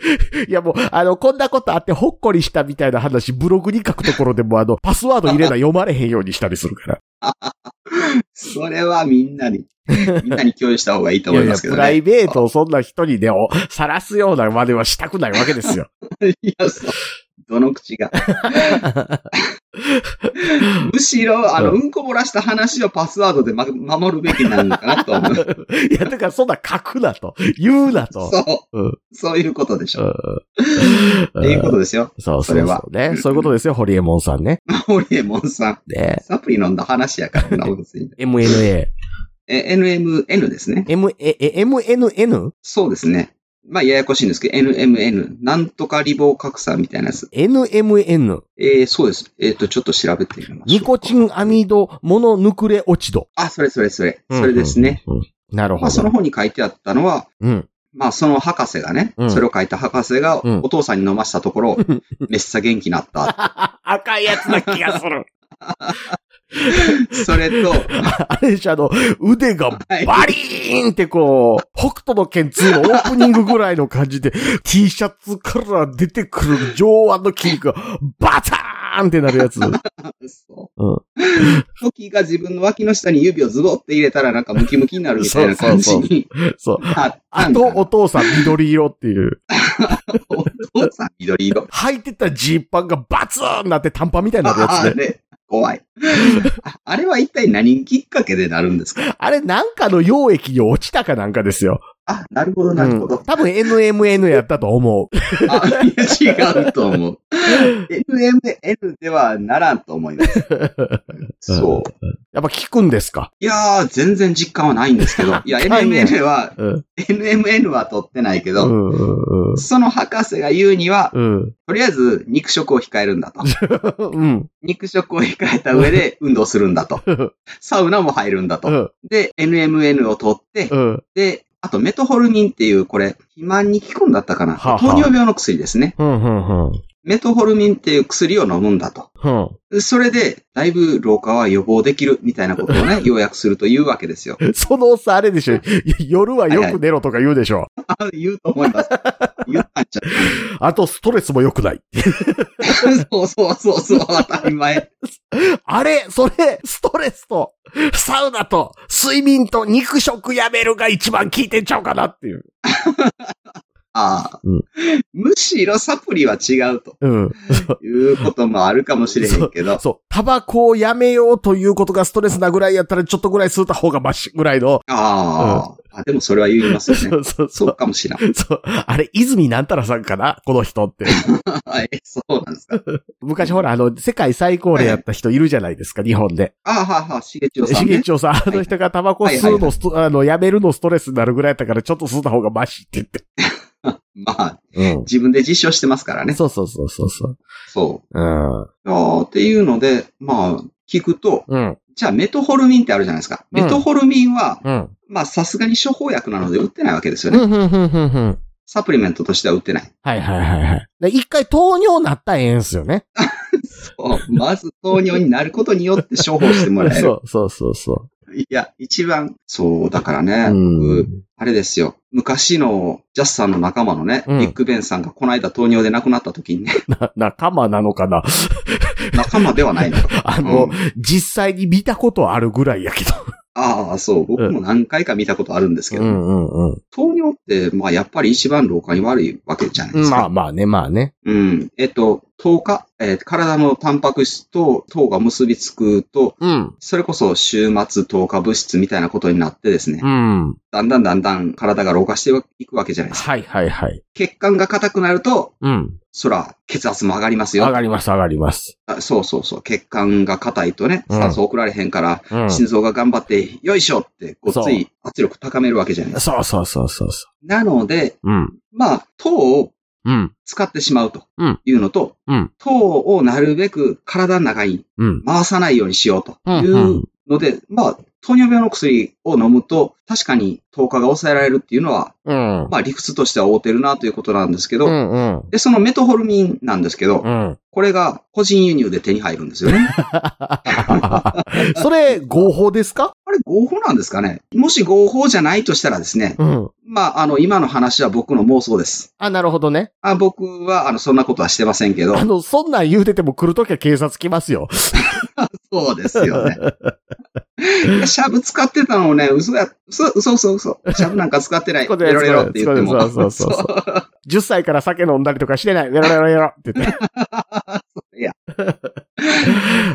[SPEAKER 2] いやもう、あの、こんなことあってほっこりしたみたいな話、ブログに書くところでもあの、パスワード入れな読まれへんようにしたりするから。
[SPEAKER 3] それはみんなに、みんなに共有した方がいいと
[SPEAKER 2] い
[SPEAKER 3] 思い
[SPEAKER 2] やい
[SPEAKER 3] ま
[SPEAKER 2] や、
[SPEAKER 3] すけど
[SPEAKER 2] プ
[SPEAKER 3] ね。
[SPEAKER 2] ライベートをそんな人にね、おさらすような真似はしたくないわ けですよ。
[SPEAKER 3] いや、そう。どの口 が。むしろ、あの、
[SPEAKER 2] う
[SPEAKER 3] うんこ漏らした話をパスワードで、ま、守るべきなのかなと 思う。
[SPEAKER 2] いや、だからそんな書くなと、言うなと。
[SPEAKER 3] そう、
[SPEAKER 2] うん
[SPEAKER 3] そういうことでし
[SPEAKER 2] うん
[SPEAKER 3] ょ。っていうことですよ。
[SPEAKER 2] そう
[SPEAKER 3] そ
[SPEAKER 2] そ
[SPEAKER 3] うれ
[SPEAKER 2] そ
[SPEAKER 3] は
[SPEAKER 2] うね。そういうことですよ、ホリエモンさんね。
[SPEAKER 3] ホリエモンさん。
[SPEAKER 2] ね
[SPEAKER 3] サプリ飲んだ話やから、こんなことする
[SPEAKER 2] MNA。
[SPEAKER 3] え、NMN ですね。
[SPEAKER 2] M、え、え MNN?
[SPEAKER 3] そうですね。まあ、ややこしいんですけど、NMN。なんとかリボ核酸みたいなやつ。
[SPEAKER 2] NMN。
[SPEAKER 3] えー、そうです。えっ、と、ちょっと調べてみましょう。
[SPEAKER 2] ニコチンアミドモノヌクレオチド。
[SPEAKER 3] あ、それそれそれ。
[SPEAKER 2] うん
[SPEAKER 3] それですね。
[SPEAKER 2] なる
[SPEAKER 3] ま
[SPEAKER 2] ほ
[SPEAKER 3] あ、そ
[SPEAKER 2] ど
[SPEAKER 3] の。本に書いてあったのは、
[SPEAKER 2] うん。
[SPEAKER 3] まあ、その博士がね、
[SPEAKER 2] うん
[SPEAKER 3] それを書いた博士が、
[SPEAKER 2] うん
[SPEAKER 3] お父さんに飲ましたとこ ろ、めっさ元気になった。
[SPEAKER 2] 赤いやつな気がする。
[SPEAKER 3] それと、
[SPEAKER 2] あれでしょ、あの、腕が
[SPEAKER 3] はい
[SPEAKER 2] バリーンってこう、北斗の剣2のオープニングぐらいの感じで、T シャツから出てくる上腕の筋肉がバターンってなるや つ。
[SPEAKER 3] そう。時が自分の脇の下に指をズボって入れたらなんかムキムキになるみたいな感じに
[SPEAKER 2] そう。
[SPEAKER 3] なった
[SPEAKER 2] あ
[SPEAKER 3] んだ
[SPEAKER 2] と、お父さん緑色っていう。
[SPEAKER 3] お父さん緑色。
[SPEAKER 2] 履いてたジーパンがバツーンなって短パンみたいになるや
[SPEAKER 3] ああ
[SPEAKER 2] つね。
[SPEAKER 3] れ、怖い。ああれは一体何きっかけでなるんですか
[SPEAKER 2] あれなんかの溶液に落ちたかなんかですよ。
[SPEAKER 3] あ、なるほど、なるほ
[SPEAKER 2] う
[SPEAKER 3] ど
[SPEAKER 2] ん。多分 NMN やったと思う。
[SPEAKER 3] あいや違うと 思う。NMN ではならんと思い ます。そう。
[SPEAKER 2] やっぱ聞くんですか
[SPEAKER 3] いやー、全然実感はないんです けど。いや、
[SPEAKER 2] あかんやん
[SPEAKER 3] NMN は、
[SPEAKER 2] うん。
[SPEAKER 3] NMN は取ってないけ
[SPEAKER 2] う
[SPEAKER 3] ど、
[SPEAKER 2] んうんうん
[SPEAKER 3] その博士が言うには、
[SPEAKER 2] うん。
[SPEAKER 3] とりあえず肉食を控えるんだと。
[SPEAKER 2] うん。
[SPEAKER 3] 肉食を控えた上で運動するんだと。サウナも入るんだ
[SPEAKER 2] う
[SPEAKER 3] と。
[SPEAKER 2] ん。
[SPEAKER 3] で、NMN を取って、
[SPEAKER 2] うん。
[SPEAKER 3] で、あとメトホルニンっていう、これ、肥満に効くんだったかな。
[SPEAKER 2] はあはあ
[SPEAKER 3] 糖尿病の薬ですね。
[SPEAKER 2] うん。うん。うん
[SPEAKER 3] メトホルミンっていう薬を飲むんだと。
[SPEAKER 2] うん。
[SPEAKER 3] それで、だいぶ老化は予防できるみたいなことをね、 要約するというわけですよ。
[SPEAKER 2] そのさ、あれでしょ。夜はよく寝ろとか言うでしょ。
[SPEAKER 3] あ言うと思います。言ったんちゃ
[SPEAKER 2] あと、ストレスも良くない。
[SPEAKER 3] う。 そうそうそうそう、当たり前。
[SPEAKER 2] あれそれ、ストレスと、サウナと、睡眠と肉食やめるが一番効いてんちゃうかなっていう。
[SPEAKER 3] ああ、
[SPEAKER 2] うん
[SPEAKER 3] むしろサプリは違うと
[SPEAKER 2] うん。
[SPEAKER 3] いうこともあるかもしれへんけど。
[SPEAKER 2] そう。タバコをやめようということがストレスなぐらいやったらちょっとぐらい吸った方がマシぐらいの。
[SPEAKER 3] ああ、あ、でもそれは言いますよね。
[SPEAKER 2] そうそうそ
[SPEAKER 3] そう
[SPEAKER 2] う。
[SPEAKER 3] かもしれん。
[SPEAKER 2] そう。あれ、泉なんたらさんかなこの人って。
[SPEAKER 3] はい、そうなんですか。
[SPEAKER 2] 昔ほら、あの、世界最高齢やった人いるじゃないですか、日本で。
[SPEAKER 3] ああ、はあ、はあ、しげちおさ
[SPEAKER 2] し
[SPEAKER 3] ん、
[SPEAKER 2] げ
[SPEAKER 3] ね。
[SPEAKER 2] ちょさん、あの人がタバコ吸うのスト、あの、やめるのストレスになるぐらいやったから、ちょっと吸った方がマシって言って。
[SPEAKER 3] まあ、
[SPEAKER 2] う
[SPEAKER 3] 自分で実証してますからね。
[SPEAKER 2] そうそうそうそうそう。
[SPEAKER 3] そう
[SPEAKER 2] うん。
[SPEAKER 3] あーっていうので、まあ、聞くと、
[SPEAKER 2] うん。
[SPEAKER 3] じゃあメトホルミンってあるじゃないですか。
[SPEAKER 2] うん
[SPEAKER 3] メトホルミンは、
[SPEAKER 2] うん。
[SPEAKER 3] まあ、さすがに処方薬なので売ってないわけですよね。
[SPEAKER 2] うん、うん、うん、うん、うん。
[SPEAKER 3] サプリメントとしては売ってない。
[SPEAKER 2] はいはいはいはい。で一回糖尿なったらええんすよね。
[SPEAKER 3] そう。まず糖尿になることによって処方してもらえる。
[SPEAKER 2] そうそうそうそ
[SPEAKER 3] いや、一番、そう、だから
[SPEAKER 2] う。
[SPEAKER 3] ね、
[SPEAKER 2] う
[SPEAKER 3] 僕
[SPEAKER 2] ん。
[SPEAKER 3] あれですよ。昔のジャスさんの仲間のね、
[SPEAKER 2] うん
[SPEAKER 3] ビッグベンさんがこの間糖尿で亡くなった時にね、
[SPEAKER 2] な仲間なのかな
[SPEAKER 3] 仲間ではないのか。
[SPEAKER 2] あ
[SPEAKER 3] うん
[SPEAKER 2] の、実際に見たことあるぐらいやけど。
[SPEAKER 3] ああ、そう。僕も何回か見たことあるんですけど、
[SPEAKER 2] んうん
[SPEAKER 3] 糖尿って、まあ、やっぱり一番老化に悪いわけじゃないですか。
[SPEAKER 2] まあまあね、まあね。
[SPEAKER 3] うん。えっと、糖化、えー体のタンパク質と糖が結びつくと、
[SPEAKER 2] うん。
[SPEAKER 3] それこそ終末糖化物質みたいなことになってですね、
[SPEAKER 2] うん。
[SPEAKER 3] だんだんだんだん体が老化していくわけじゃないですか。
[SPEAKER 2] はいはいはい。
[SPEAKER 3] 血管が硬くなると、
[SPEAKER 2] うん。
[SPEAKER 3] そら、血圧も上がります
[SPEAKER 2] 上
[SPEAKER 3] よ。
[SPEAKER 2] がります上がります。
[SPEAKER 3] あそうそうそう。血管が硬いとね、
[SPEAKER 2] うん
[SPEAKER 3] 酸素送られへんから、
[SPEAKER 2] うん。
[SPEAKER 3] 心臓が頑張って、よいしょって、ごっつい圧力高めるわけじゃないですか。
[SPEAKER 2] そうそうそうそうそ
[SPEAKER 3] なので、
[SPEAKER 2] う。うん。
[SPEAKER 3] まあ、糖を
[SPEAKER 2] うん。
[SPEAKER 3] 使ってしまうと
[SPEAKER 2] うん
[SPEAKER 3] いうのと、
[SPEAKER 2] うん
[SPEAKER 3] 糖をなるべく体の中に
[SPEAKER 2] うん。
[SPEAKER 3] 回さないようにしようと
[SPEAKER 2] うん
[SPEAKER 3] い
[SPEAKER 2] うん
[SPEAKER 3] うので、まあ、糖尿病の薬を飲むと、確かに糖化が抑えられるっていうのは、
[SPEAKER 2] うん。
[SPEAKER 3] まあ理屈としては合うてるなということなんですけど、
[SPEAKER 2] うんうん。
[SPEAKER 3] で、そのメトホルミンなんですけど、
[SPEAKER 2] うん。
[SPEAKER 3] これが個人輸入で手に入るんですよね。
[SPEAKER 2] それ、合法ですか
[SPEAKER 3] あれ合法なんですかねもし合法じゃないとしたらですね、
[SPEAKER 2] うん。
[SPEAKER 3] まあ、あの、今の話は僕の妄想です。
[SPEAKER 2] あ、なるほどね。
[SPEAKER 3] あ僕は、あの、そんなことはしてませんけど
[SPEAKER 2] あ、の、そんなん言うてても来るときは警察来ますよ。
[SPEAKER 3] そうですよ ね。いやシャブ使ってたのもね、嘘や、嘘、嘘、嘘、嘘。シャブなんか使 ってない。
[SPEAKER 2] 使
[SPEAKER 3] ペ
[SPEAKER 2] ってな
[SPEAKER 3] ロ
[SPEAKER 2] い
[SPEAKER 3] ペロって言っても。
[SPEAKER 2] そうそうそうそ
[SPEAKER 3] そう
[SPEAKER 2] 10歳から酒飲んだりとかしてない。やろやろやろって言って。
[SPEAKER 3] い や。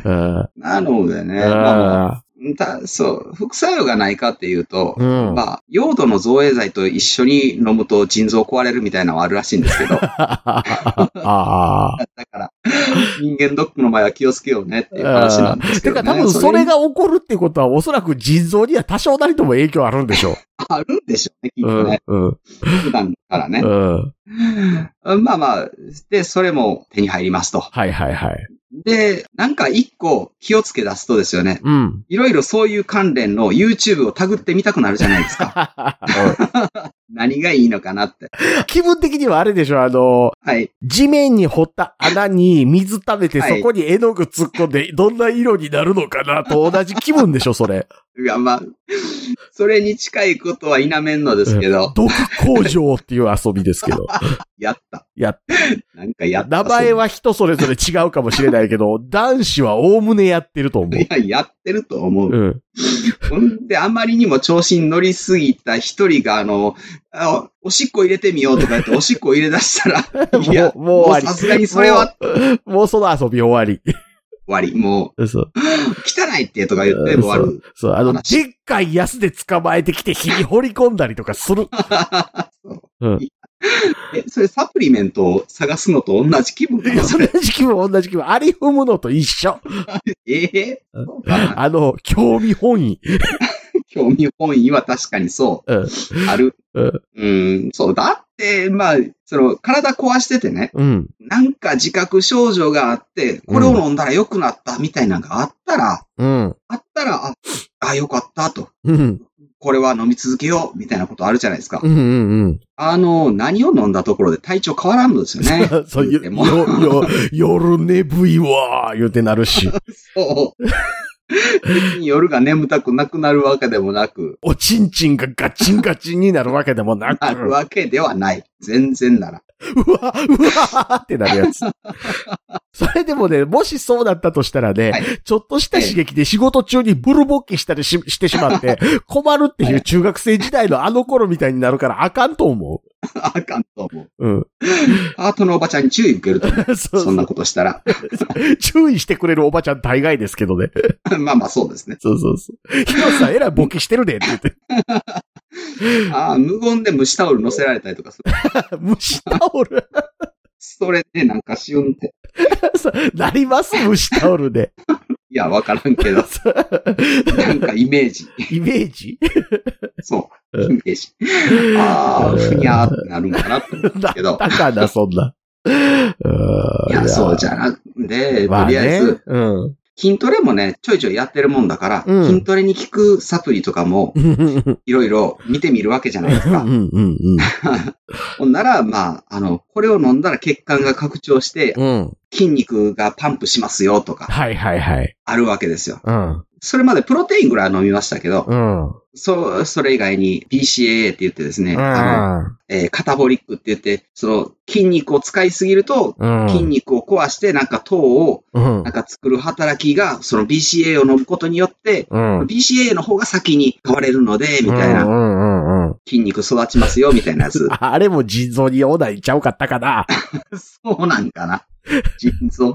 [SPEAKER 2] うん。
[SPEAKER 3] なので ね、まあ
[SPEAKER 2] あ
[SPEAKER 3] たそう、副作用がないかっていうと
[SPEAKER 2] ー、うん。
[SPEAKER 3] まあ、用土の造影剤と一緒に飲むと腎臓壊れるみたいなのはあるらしいんですけど、だ
[SPEAKER 2] ああ。
[SPEAKER 3] から、人間ドックの前は気をつけようねっていう話なんですけ
[SPEAKER 2] て
[SPEAKER 3] ど、ね。
[SPEAKER 2] か多分それ
[SPEAKER 3] が
[SPEAKER 2] が起こるってことはおそらく腎臓には多少なりとも影響あるんでしょ
[SPEAKER 3] あるんでしょうね、きっと
[SPEAKER 2] う。うん
[SPEAKER 3] ね。。
[SPEAKER 2] うん。
[SPEAKER 3] 普段からね
[SPEAKER 2] う。ん。
[SPEAKER 3] まあまあ、で、それも手に入りますと。
[SPEAKER 2] はいはいはい。
[SPEAKER 3] で、なんか一個気をつけ出すとですよね。
[SPEAKER 2] うん。
[SPEAKER 3] いろいろそういう関連の YouTube をタグってみたくなるじゃないです か。何がいいのかなって。
[SPEAKER 2] 気分的にはあれでしょあの、
[SPEAKER 3] はい。
[SPEAKER 2] 地面に掘った穴に水溜めて
[SPEAKER 3] はい
[SPEAKER 2] そこに絵の具突っ込んでどんな色になるのかなと同じ気分でしょそれ。
[SPEAKER 3] いや、まあ、それに近いことは否めんのですけど、
[SPEAKER 2] 毒工場っていう遊びですけど。
[SPEAKER 3] やった。
[SPEAKER 2] やっ
[SPEAKER 3] なんかやった。
[SPEAKER 2] 名前は人それぞれ違うかもしれないけど、男子はおおむねやってると思
[SPEAKER 3] そう。いや、やってると思
[SPEAKER 2] う。
[SPEAKER 3] う。
[SPEAKER 2] うん。
[SPEAKER 3] ほんで、あまりにも調子に乗りすぎた一人が、あの、あおしっこ入れてみようとか言って、おしっこ入れ出したら、いや、
[SPEAKER 2] もうもう終わり
[SPEAKER 3] さすがにそれは
[SPEAKER 2] もうその遊び終わり。
[SPEAKER 3] 終わり。も
[SPEAKER 2] そう。
[SPEAKER 3] う、汚いってとか言って終わ
[SPEAKER 2] う
[SPEAKER 3] る。
[SPEAKER 2] そう、あの、でっ
[SPEAKER 3] 話
[SPEAKER 2] かい安で捕まえてきて火に掘り込んだりとか する。うん
[SPEAKER 3] え、それサプリメントを探すのと同じ気分かなそ
[SPEAKER 2] 同
[SPEAKER 3] れ。
[SPEAKER 2] じ気分、同じ気分。あり踏むのと一緒。
[SPEAKER 3] ええそうかな
[SPEAKER 2] あの、興味本位。
[SPEAKER 3] 興味本位は確かにそう。
[SPEAKER 2] うん
[SPEAKER 3] ある。
[SPEAKER 2] うん
[SPEAKER 3] うん、そう。だって、まあ、その、体壊しててね、
[SPEAKER 2] うん。
[SPEAKER 3] なんか自覚症状があって、これを飲んだら良くなったみたいなのがあったら、
[SPEAKER 2] うん。
[SPEAKER 3] あったら、あ、あ、良かったと。
[SPEAKER 2] うん。
[SPEAKER 3] これは飲み続けよう、みたいなことあるじゃないですか。
[SPEAKER 2] うん。うん。
[SPEAKER 3] あの、何を飲んだところで体調変わらんのですよ ね。
[SPEAKER 2] うん。そう、よ、
[SPEAKER 3] でも
[SPEAKER 2] よ、よ夜眠いわー、言うてなるし、
[SPEAKER 3] そう。別に夜が眠たくなくなるわけでもなく、
[SPEAKER 2] おちんちんがガチンガチンになるわけでもなく、
[SPEAKER 3] なるわけではない。全然なら。
[SPEAKER 2] うわ、うわーってなるや つ。それでもね、もしそうだったとしたらね、
[SPEAKER 3] はい
[SPEAKER 2] ちょっとした刺激で仕事中にブルボッキしたりししてしまって、困るっていう中学生時代のあの頃みたいになるからあかんと思
[SPEAKER 3] あかんと思う。
[SPEAKER 2] う。うん。
[SPEAKER 3] パートのおばちゃんに注意受けると思
[SPEAKER 2] そう
[SPEAKER 3] う。 そん
[SPEAKER 2] そ
[SPEAKER 3] なことしたら。
[SPEAKER 2] う。注意してくれるおばちゃん大概ですけどね。
[SPEAKER 3] まあまあそうですね。
[SPEAKER 2] そうそうそう。ヒロさん、えらいボケしてるねって言って。
[SPEAKER 3] ああ、無言で蒸しタオル乗せられたりとかする。
[SPEAKER 2] 虫タオル
[SPEAKER 3] それでなんかシュンって。
[SPEAKER 2] そうなります虫タオルで。
[SPEAKER 3] いや、わからんけど。
[SPEAKER 2] そう
[SPEAKER 3] なんかイメージ。
[SPEAKER 2] イメージ
[SPEAKER 3] そう。イメージ。ああ、ふにゃーってなるんかなと思うんで
[SPEAKER 2] だ
[SPEAKER 3] すけど。
[SPEAKER 2] だからな、そんな。
[SPEAKER 3] い
[SPEAKER 2] い
[SPEAKER 3] や、そうじゃなくて、
[SPEAKER 2] ま
[SPEAKER 3] と
[SPEAKER 2] あ
[SPEAKER 3] りあえ
[SPEAKER 2] ね
[SPEAKER 3] ず、。
[SPEAKER 2] うん。
[SPEAKER 3] 筋トレもね、ちょいちょいやってるもんだから、
[SPEAKER 2] うん
[SPEAKER 3] 筋トレに効くサプリとかも、
[SPEAKER 2] うん
[SPEAKER 3] いろいろ見てみるわけじゃないです
[SPEAKER 2] う
[SPEAKER 3] か。
[SPEAKER 2] んうん
[SPEAKER 3] ほんなら、まあ、あの、これを飲んだら血管が拡張して、
[SPEAKER 2] うん。うん。
[SPEAKER 3] 筋肉がパンプしますよとか、
[SPEAKER 2] はいはいはい。
[SPEAKER 3] あるわけですよ。
[SPEAKER 2] うん。
[SPEAKER 3] それまでプロテインぐらいは飲みましたけど、
[SPEAKER 2] うん。
[SPEAKER 3] そ、それ以外に BCAA って言ってですね、あの、
[SPEAKER 2] う
[SPEAKER 3] えーカタボリックって言って、その、筋肉を使いすぎると、
[SPEAKER 2] ん。
[SPEAKER 3] 筋肉を壊して、なんか糖を、
[SPEAKER 2] うん
[SPEAKER 3] なん。か作る働きが、その BCA を飲むことによって、
[SPEAKER 2] うん。
[SPEAKER 3] BCA の方が先に変われるので、みたい
[SPEAKER 2] うん
[SPEAKER 3] な、
[SPEAKER 2] うんうんうん。。
[SPEAKER 3] 筋肉育ちますよ、みたいなやつ
[SPEAKER 2] あれも腎臓にオーダーいっちゃうかったかな。
[SPEAKER 3] そうなんかな。腎臓。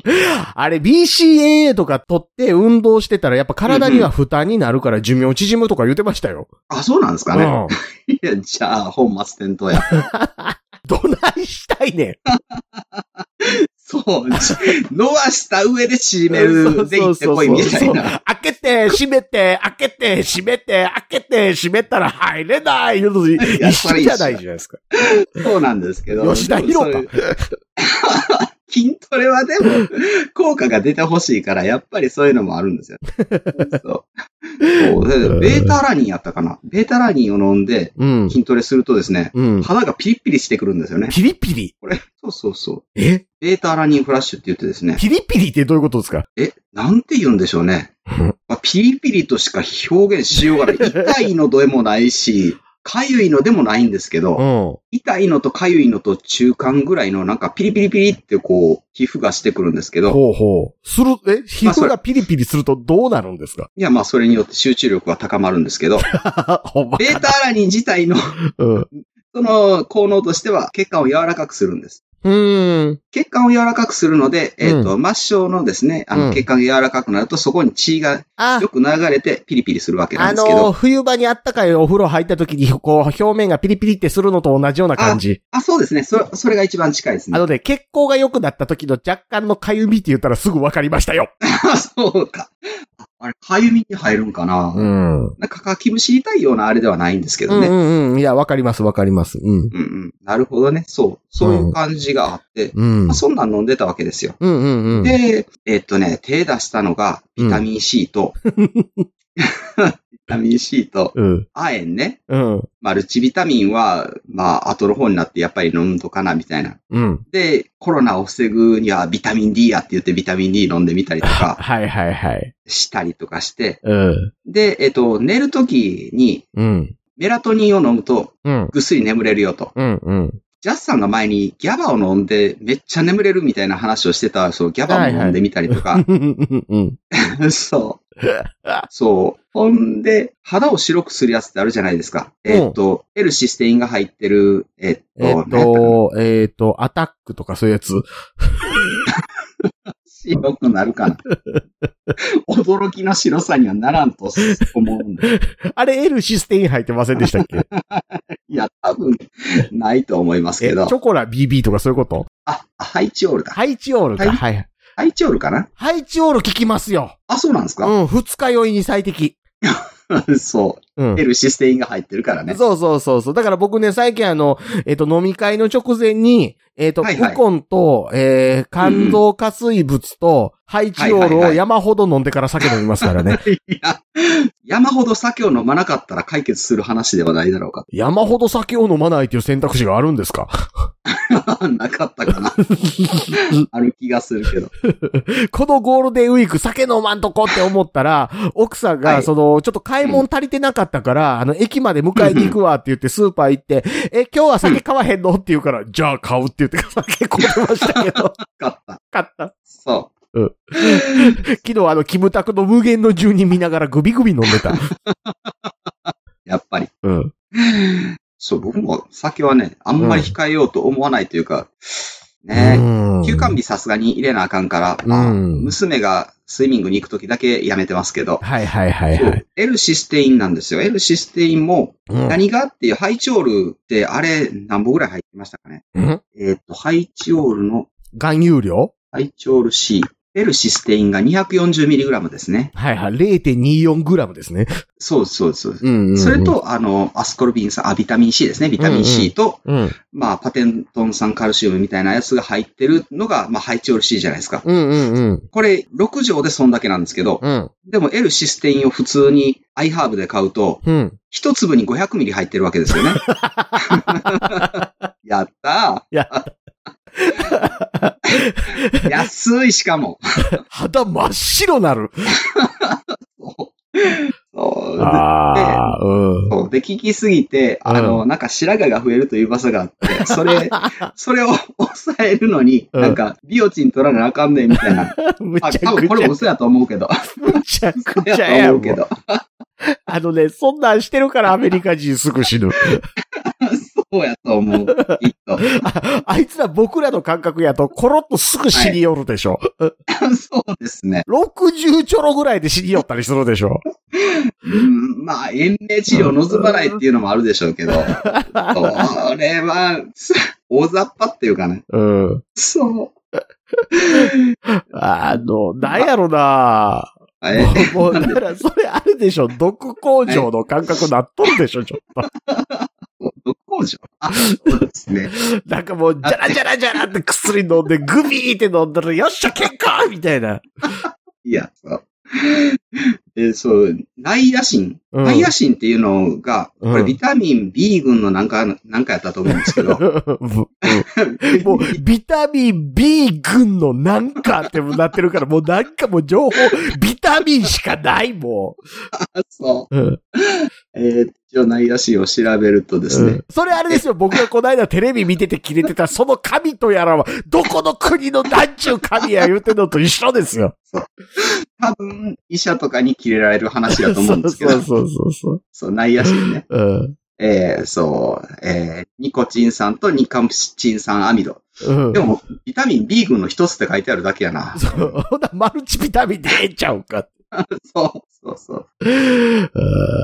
[SPEAKER 2] あれ BCAA とか取って運動してたらやっぱ体には負担になるから寿命縮むとか言ってましたよ。
[SPEAKER 3] あ、そうなんです
[SPEAKER 2] う
[SPEAKER 3] か
[SPEAKER 2] ん。
[SPEAKER 3] ね。いや、じゃあ、本末転倒や。
[SPEAKER 2] どないしたいねん。
[SPEAKER 3] そを 伸ばした上で閉めるで行ってこいみたいな。
[SPEAKER 2] 開けて、閉めて、開けて、閉めて、開けて、閉めたら入れないいうのと一緒じゃないじゃないですか。
[SPEAKER 3] そうなんですけど。
[SPEAKER 2] 吉田
[SPEAKER 3] でも
[SPEAKER 2] 博
[SPEAKER 3] そ
[SPEAKER 2] か
[SPEAKER 3] れ。 筋トレはでも、効果が出てほしいから、やっぱりそういうのもあるんですよ。そう。そうでベータラニンやったかな。ベータラニンを飲んで
[SPEAKER 2] うん。
[SPEAKER 3] 筋トレするとですね、
[SPEAKER 2] うん。
[SPEAKER 3] 肌がピリピリしてくるんですよね。
[SPEAKER 2] ピリピリ。
[SPEAKER 3] これ、そうそうそう。
[SPEAKER 2] え
[SPEAKER 3] ベータラニンフラッシュって言ってですね、
[SPEAKER 2] ピリピリってどういうことですか
[SPEAKER 3] え、なんて言うんでしょうね。まあ、ピリピリとしか表現しようがない。痛いのでもないし、かゆいのでもないんですけど、
[SPEAKER 2] うん。
[SPEAKER 3] 痛いのとかゆいのと中間ぐらいのなんかピリピリピリってこう、皮膚がしてくるんですけど、
[SPEAKER 2] ほうほう。する、え、皮膚がピリピリするとどうなるんですか
[SPEAKER 3] いやまあそれによって集中力は高まるんですけど、
[SPEAKER 2] ほんま。
[SPEAKER 3] ベータアラニン自体の
[SPEAKER 2] うん。
[SPEAKER 3] その効能としては血管を柔らかくするんです。
[SPEAKER 2] うん。
[SPEAKER 3] 血管を柔らかくするので、えっ、と、末梢のですね、あ
[SPEAKER 2] うん
[SPEAKER 3] の血管が柔らかくなるとそこに血が
[SPEAKER 2] あ
[SPEAKER 3] よ、く流れてピリピリするわけなん
[SPEAKER 2] あ
[SPEAKER 3] ですけど、
[SPEAKER 2] の、冬場にあったかいお風呂入った時に、こう、表面がピリピリってするのと同じような感じ。
[SPEAKER 3] あ、そうですね。それ、それが一番近いです
[SPEAKER 2] あ
[SPEAKER 3] ね。
[SPEAKER 2] のね、血行が良くなった時の若干の痒みって言ったらすぐ分かりましたよ。
[SPEAKER 3] あ、 そうか。ああれ、かゆみに入るんかな、
[SPEAKER 2] ん。
[SPEAKER 3] なんか、かきむしりたいようなあれではないんですけ
[SPEAKER 2] う
[SPEAKER 3] ど
[SPEAKER 2] ん
[SPEAKER 3] ね。うん、
[SPEAKER 2] うんうん。いや、分かります、分かります。うん。
[SPEAKER 3] うん、なるほどね。そう。そういう感じがあって、
[SPEAKER 2] うん
[SPEAKER 3] まあ、。そんなん飲んでたわけですよ。
[SPEAKER 2] うんうんうん。
[SPEAKER 3] で、えっとね、手出したのが、ビタミン C と、ビタミン C と、
[SPEAKER 2] うん。
[SPEAKER 3] 亜鉛ね。
[SPEAKER 2] うん。
[SPEAKER 3] マルチビタミンは、まあ、後の方になってやっぱり飲むとかな、みたいな。
[SPEAKER 2] うん。
[SPEAKER 3] で、コロナを防ぐにはビタミン D やって言ってビタミン D 飲んでみたりとか。
[SPEAKER 2] はいはいはい。
[SPEAKER 3] したりとかして、
[SPEAKER 2] うん。
[SPEAKER 3] で、えっと、寝るときに
[SPEAKER 2] うん。
[SPEAKER 3] メラトニンを飲むと
[SPEAKER 2] うん。
[SPEAKER 3] ぐっすり眠れるよと。
[SPEAKER 2] うんうん。
[SPEAKER 3] ジャスさんが前にギャバを飲んでめっちゃ眠れるみたいな話をしてた、そう、ギャバも飲んでみたりとか、
[SPEAKER 2] うん。
[SPEAKER 3] そう。そう。ほんで、肌を白くするやつってあるじゃないですか。えっと、L システインが入ってる、えっと、
[SPEAKER 2] え
[SPEAKER 3] なん
[SPEAKER 2] っ
[SPEAKER 3] やったかな
[SPEAKER 2] と、えっと、アタックとかそういうやつ。
[SPEAKER 3] 白くなるかな。驚きの白さにはならんと思うんだけど
[SPEAKER 2] あれ、L システイン入ってませんでしたっけ
[SPEAKER 3] いや、多分、ないと思います
[SPEAKER 2] え、
[SPEAKER 3] け
[SPEAKER 2] チ
[SPEAKER 3] ど。
[SPEAKER 2] ョコラ BB とかそういうこと
[SPEAKER 3] あ、ハイチオールだ。
[SPEAKER 2] ハイチオールか。
[SPEAKER 3] はい
[SPEAKER 2] はい。
[SPEAKER 3] ハイチオールかな
[SPEAKER 2] ハイチオール効きますよ。
[SPEAKER 3] あ、そうなんです
[SPEAKER 2] う
[SPEAKER 3] か、
[SPEAKER 2] ん。二日酔いに最適。
[SPEAKER 3] そうう。
[SPEAKER 2] ん。
[SPEAKER 3] L システインが入ってるからね。
[SPEAKER 2] そうそうそうそう。だから僕ね、最近あの、えっ、と、飲み会の直前に、えっ、と、
[SPEAKER 3] はいはい
[SPEAKER 2] ウコンと、えー、肝臓加水物と、ハイチオールを山ほど飲んでから酒飲みます からね。
[SPEAKER 3] いや、山ほど酒を飲まなかったら解決する話ではないだろうか。
[SPEAKER 2] 山ほど酒を飲まないという選択肢があるんで すか
[SPEAKER 3] なかったか な。ある気がするけど。
[SPEAKER 2] このゴールデンウィーク酒飲まんとこって思ったら、奥さん
[SPEAKER 3] は
[SPEAKER 2] が、
[SPEAKER 3] い
[SPEAKER 2] その、ちょっと買い物足りてなかったから、あの、駅まで迎えに行くわって言ってスーパー 行って、え、今日は酒買わへんのって言うから、じゃあ買うって言って酒買ってました けど、
[SPEAKER 3] なかった。
[SPEAKER 2] 買った。
[SPEAKER 3] そ
[SPEAKER 2] 昨日あの、キムタクの無限の住人見ながらグビグビ飲んでた。
[SPEAKER 3] う。やっぱり。
[SPEAKER 2] うん。
[SPEAKER 3] そう、僕も酒はね、あんまり控えようと思わないというか、ね、休館
[SPEAKER 2] 日。
[SPEAKER 3] 日さすがに入れなあかんから、まあ、
[SPEAKER 2] うん
[SPEAKER 3] 娘がスイミングに行くときだけやめてますけど、
[SPEAKER 2] はいはいはい
[SPEAKER 3] そ
[SPEAKER 2] は
[SPEAKER 3] う
[SPEAKER 2] い。
[SPEAKER 3] L システインなんですよ。L システインも、何がっていう、ハイチオールって、あれ、何本ぐらい入ってましたかね
[SPEAKER 2] うん。ん
[SPEAKER 3] えーっ、と、ハイチオールの、
[SPEAKER 2] 含有量
[SPEAKER 3] ハイチオール C、L システインが 240mg ですね。
[SPEAKER 2] はいはい。0.24グラムですね。
[SPEAKER 3] そうそうそう。
[SPEAKER 2] うんうんうん
[SPEAKER 3] それ、と、あの、アスコルビン酸、あ、ビタミン C ですね。ビタミン C と、
[SPEAKER 2] うん。
[SPEAKER 3] まあ、パテントン酸カルシウムみたいなやつが入ってるのが、まあ、ハイチオール C じゃないですか。
[SPEAKER 2] うんうんうん。
[SPEAKER 3] これ、6錠でそんだけなんですけど、
[SPEAKER 2] うん。
[SPEAKER 3] でも L システインを普通に iHerb で買うと、
[SPEAKER 2] うん。
[SPEAKER 3] 一粒に 500ml 入ってるわけ ですよね。やったー
[SPEAKER 2] や
[SPEAKER 3] 安いしかも。
[SPEAKER 2] 肌真っ白なる。
[SPEAKER 3] そう
[SPEAKER 2] ああ、うん。
[SPEAKER 3] そうで、聞きすぎて、あの、なんか白髪が増えるという噂があって、そ れ、それを抑えるのに、
[SPEAKER 2] うん
[SPEAKER 3] なんか、ビオチン取らなあかんねんみたい な。
[SPEAKER 2] む
[SPEAKER 3] あ、
[SPEAKER 2] ちゃ
[SPEAKER 3] 多分
[SPEAKER 2] く
[SPEAKER 3] こ
[SPEAKER 2] ち
[SPEAKER 3] れ
[SPEAKER 2] ゃ
[SPEAKER 3] も、嘘やと思うけど。
[SPEAKER 2] むちゃく
[SPEAKER 3] 嘘
[SPEAKER 2] ちゃ
[SPEAKER 3] や
[SPEAKER 2] や
[SPEAKER 3] と思
[SPEAKER 2] も
[SPEAKER 3] うんけど。
[SPEAKER 2] あのね、そんなんしてるからアメリカ人すぐ死ぬ。
[SPEAKER 3] そうやと思う。きっと。
[SPEAKER 2] ああいつら僕らの感覚やと、コロッとすぐ死によるでしょ。
[SPEAKER 3] そうですね。
[SPEAKER 2] 60ちょろぐらいで死によったりするでしょ。
[SPEAKER 3] うん、まあ、延命治療望まないっていうのもあるでしょうけど、それは、大雑把っていうかね、
[SPEAKER 2] うん。
[SPEAKER 3] そう、
[SPEAKER 2] あの、なんやろな
[SPEAKER 3] え
[SPEAKER 2] もう、だから、それあるでしょ。毒工場の感覚なっとるでしょ、ちょっと。
[SPEAKER 3] どこじゃあ、そうですね。
[SPEAKER 2] なんかもう、じゃらじゃらじゃらって薬飲んで、グビーって飲んだら、よっしゃ、健康みたいな。
[SPEAKER 3] いや、そう。え、そう、ナイアシン。
[SPEAKER 2] うん
[SPEAKER 3] ナイアシンっていうのが、
[SPEAKER 2] うん
[SPEAKER 3] これビタミン B 群のなんか、なんかやったと思うんですけ ど。
[SPEAKER 2] もう、ビタミン B 群のなんかってなってるから、もうなんかもう情報、ビタミンしかない、も。
[SPEAKER 3] そう
[SPEAKER 2] うん
[SPEAKER 3] う。えー一応ナイアシンを調べるとですね。
[SPEAKER 2] それあれですよ、僕がこの間テレビ見てて切れてた、その神とやらは、どこの国のなんちゅう神や言うてんのと一緒ですよ。
[SPEAKER 3] 多分、医者とかに切れられる話だと思うんですけど。
[SPEAKER 2] そうそうそうそう。
[SPEAKER 3] そう、ナイアシンね。
[SPEAKER 2] うん。
[SPEAKER 3] えーそう、えーニコチン酸とニカムシチン酸アミド。
[SPEAKER 2] うん
[SPEAKER 3] で。も、ビタミン B 群の一つって書いてあるだけやな。
[SPEAKER 2] そう。ほな、マルチビタミンでええんちゃうか。
[SPEAKER 3] そう、そうそう。
[SPEAKER 2] うん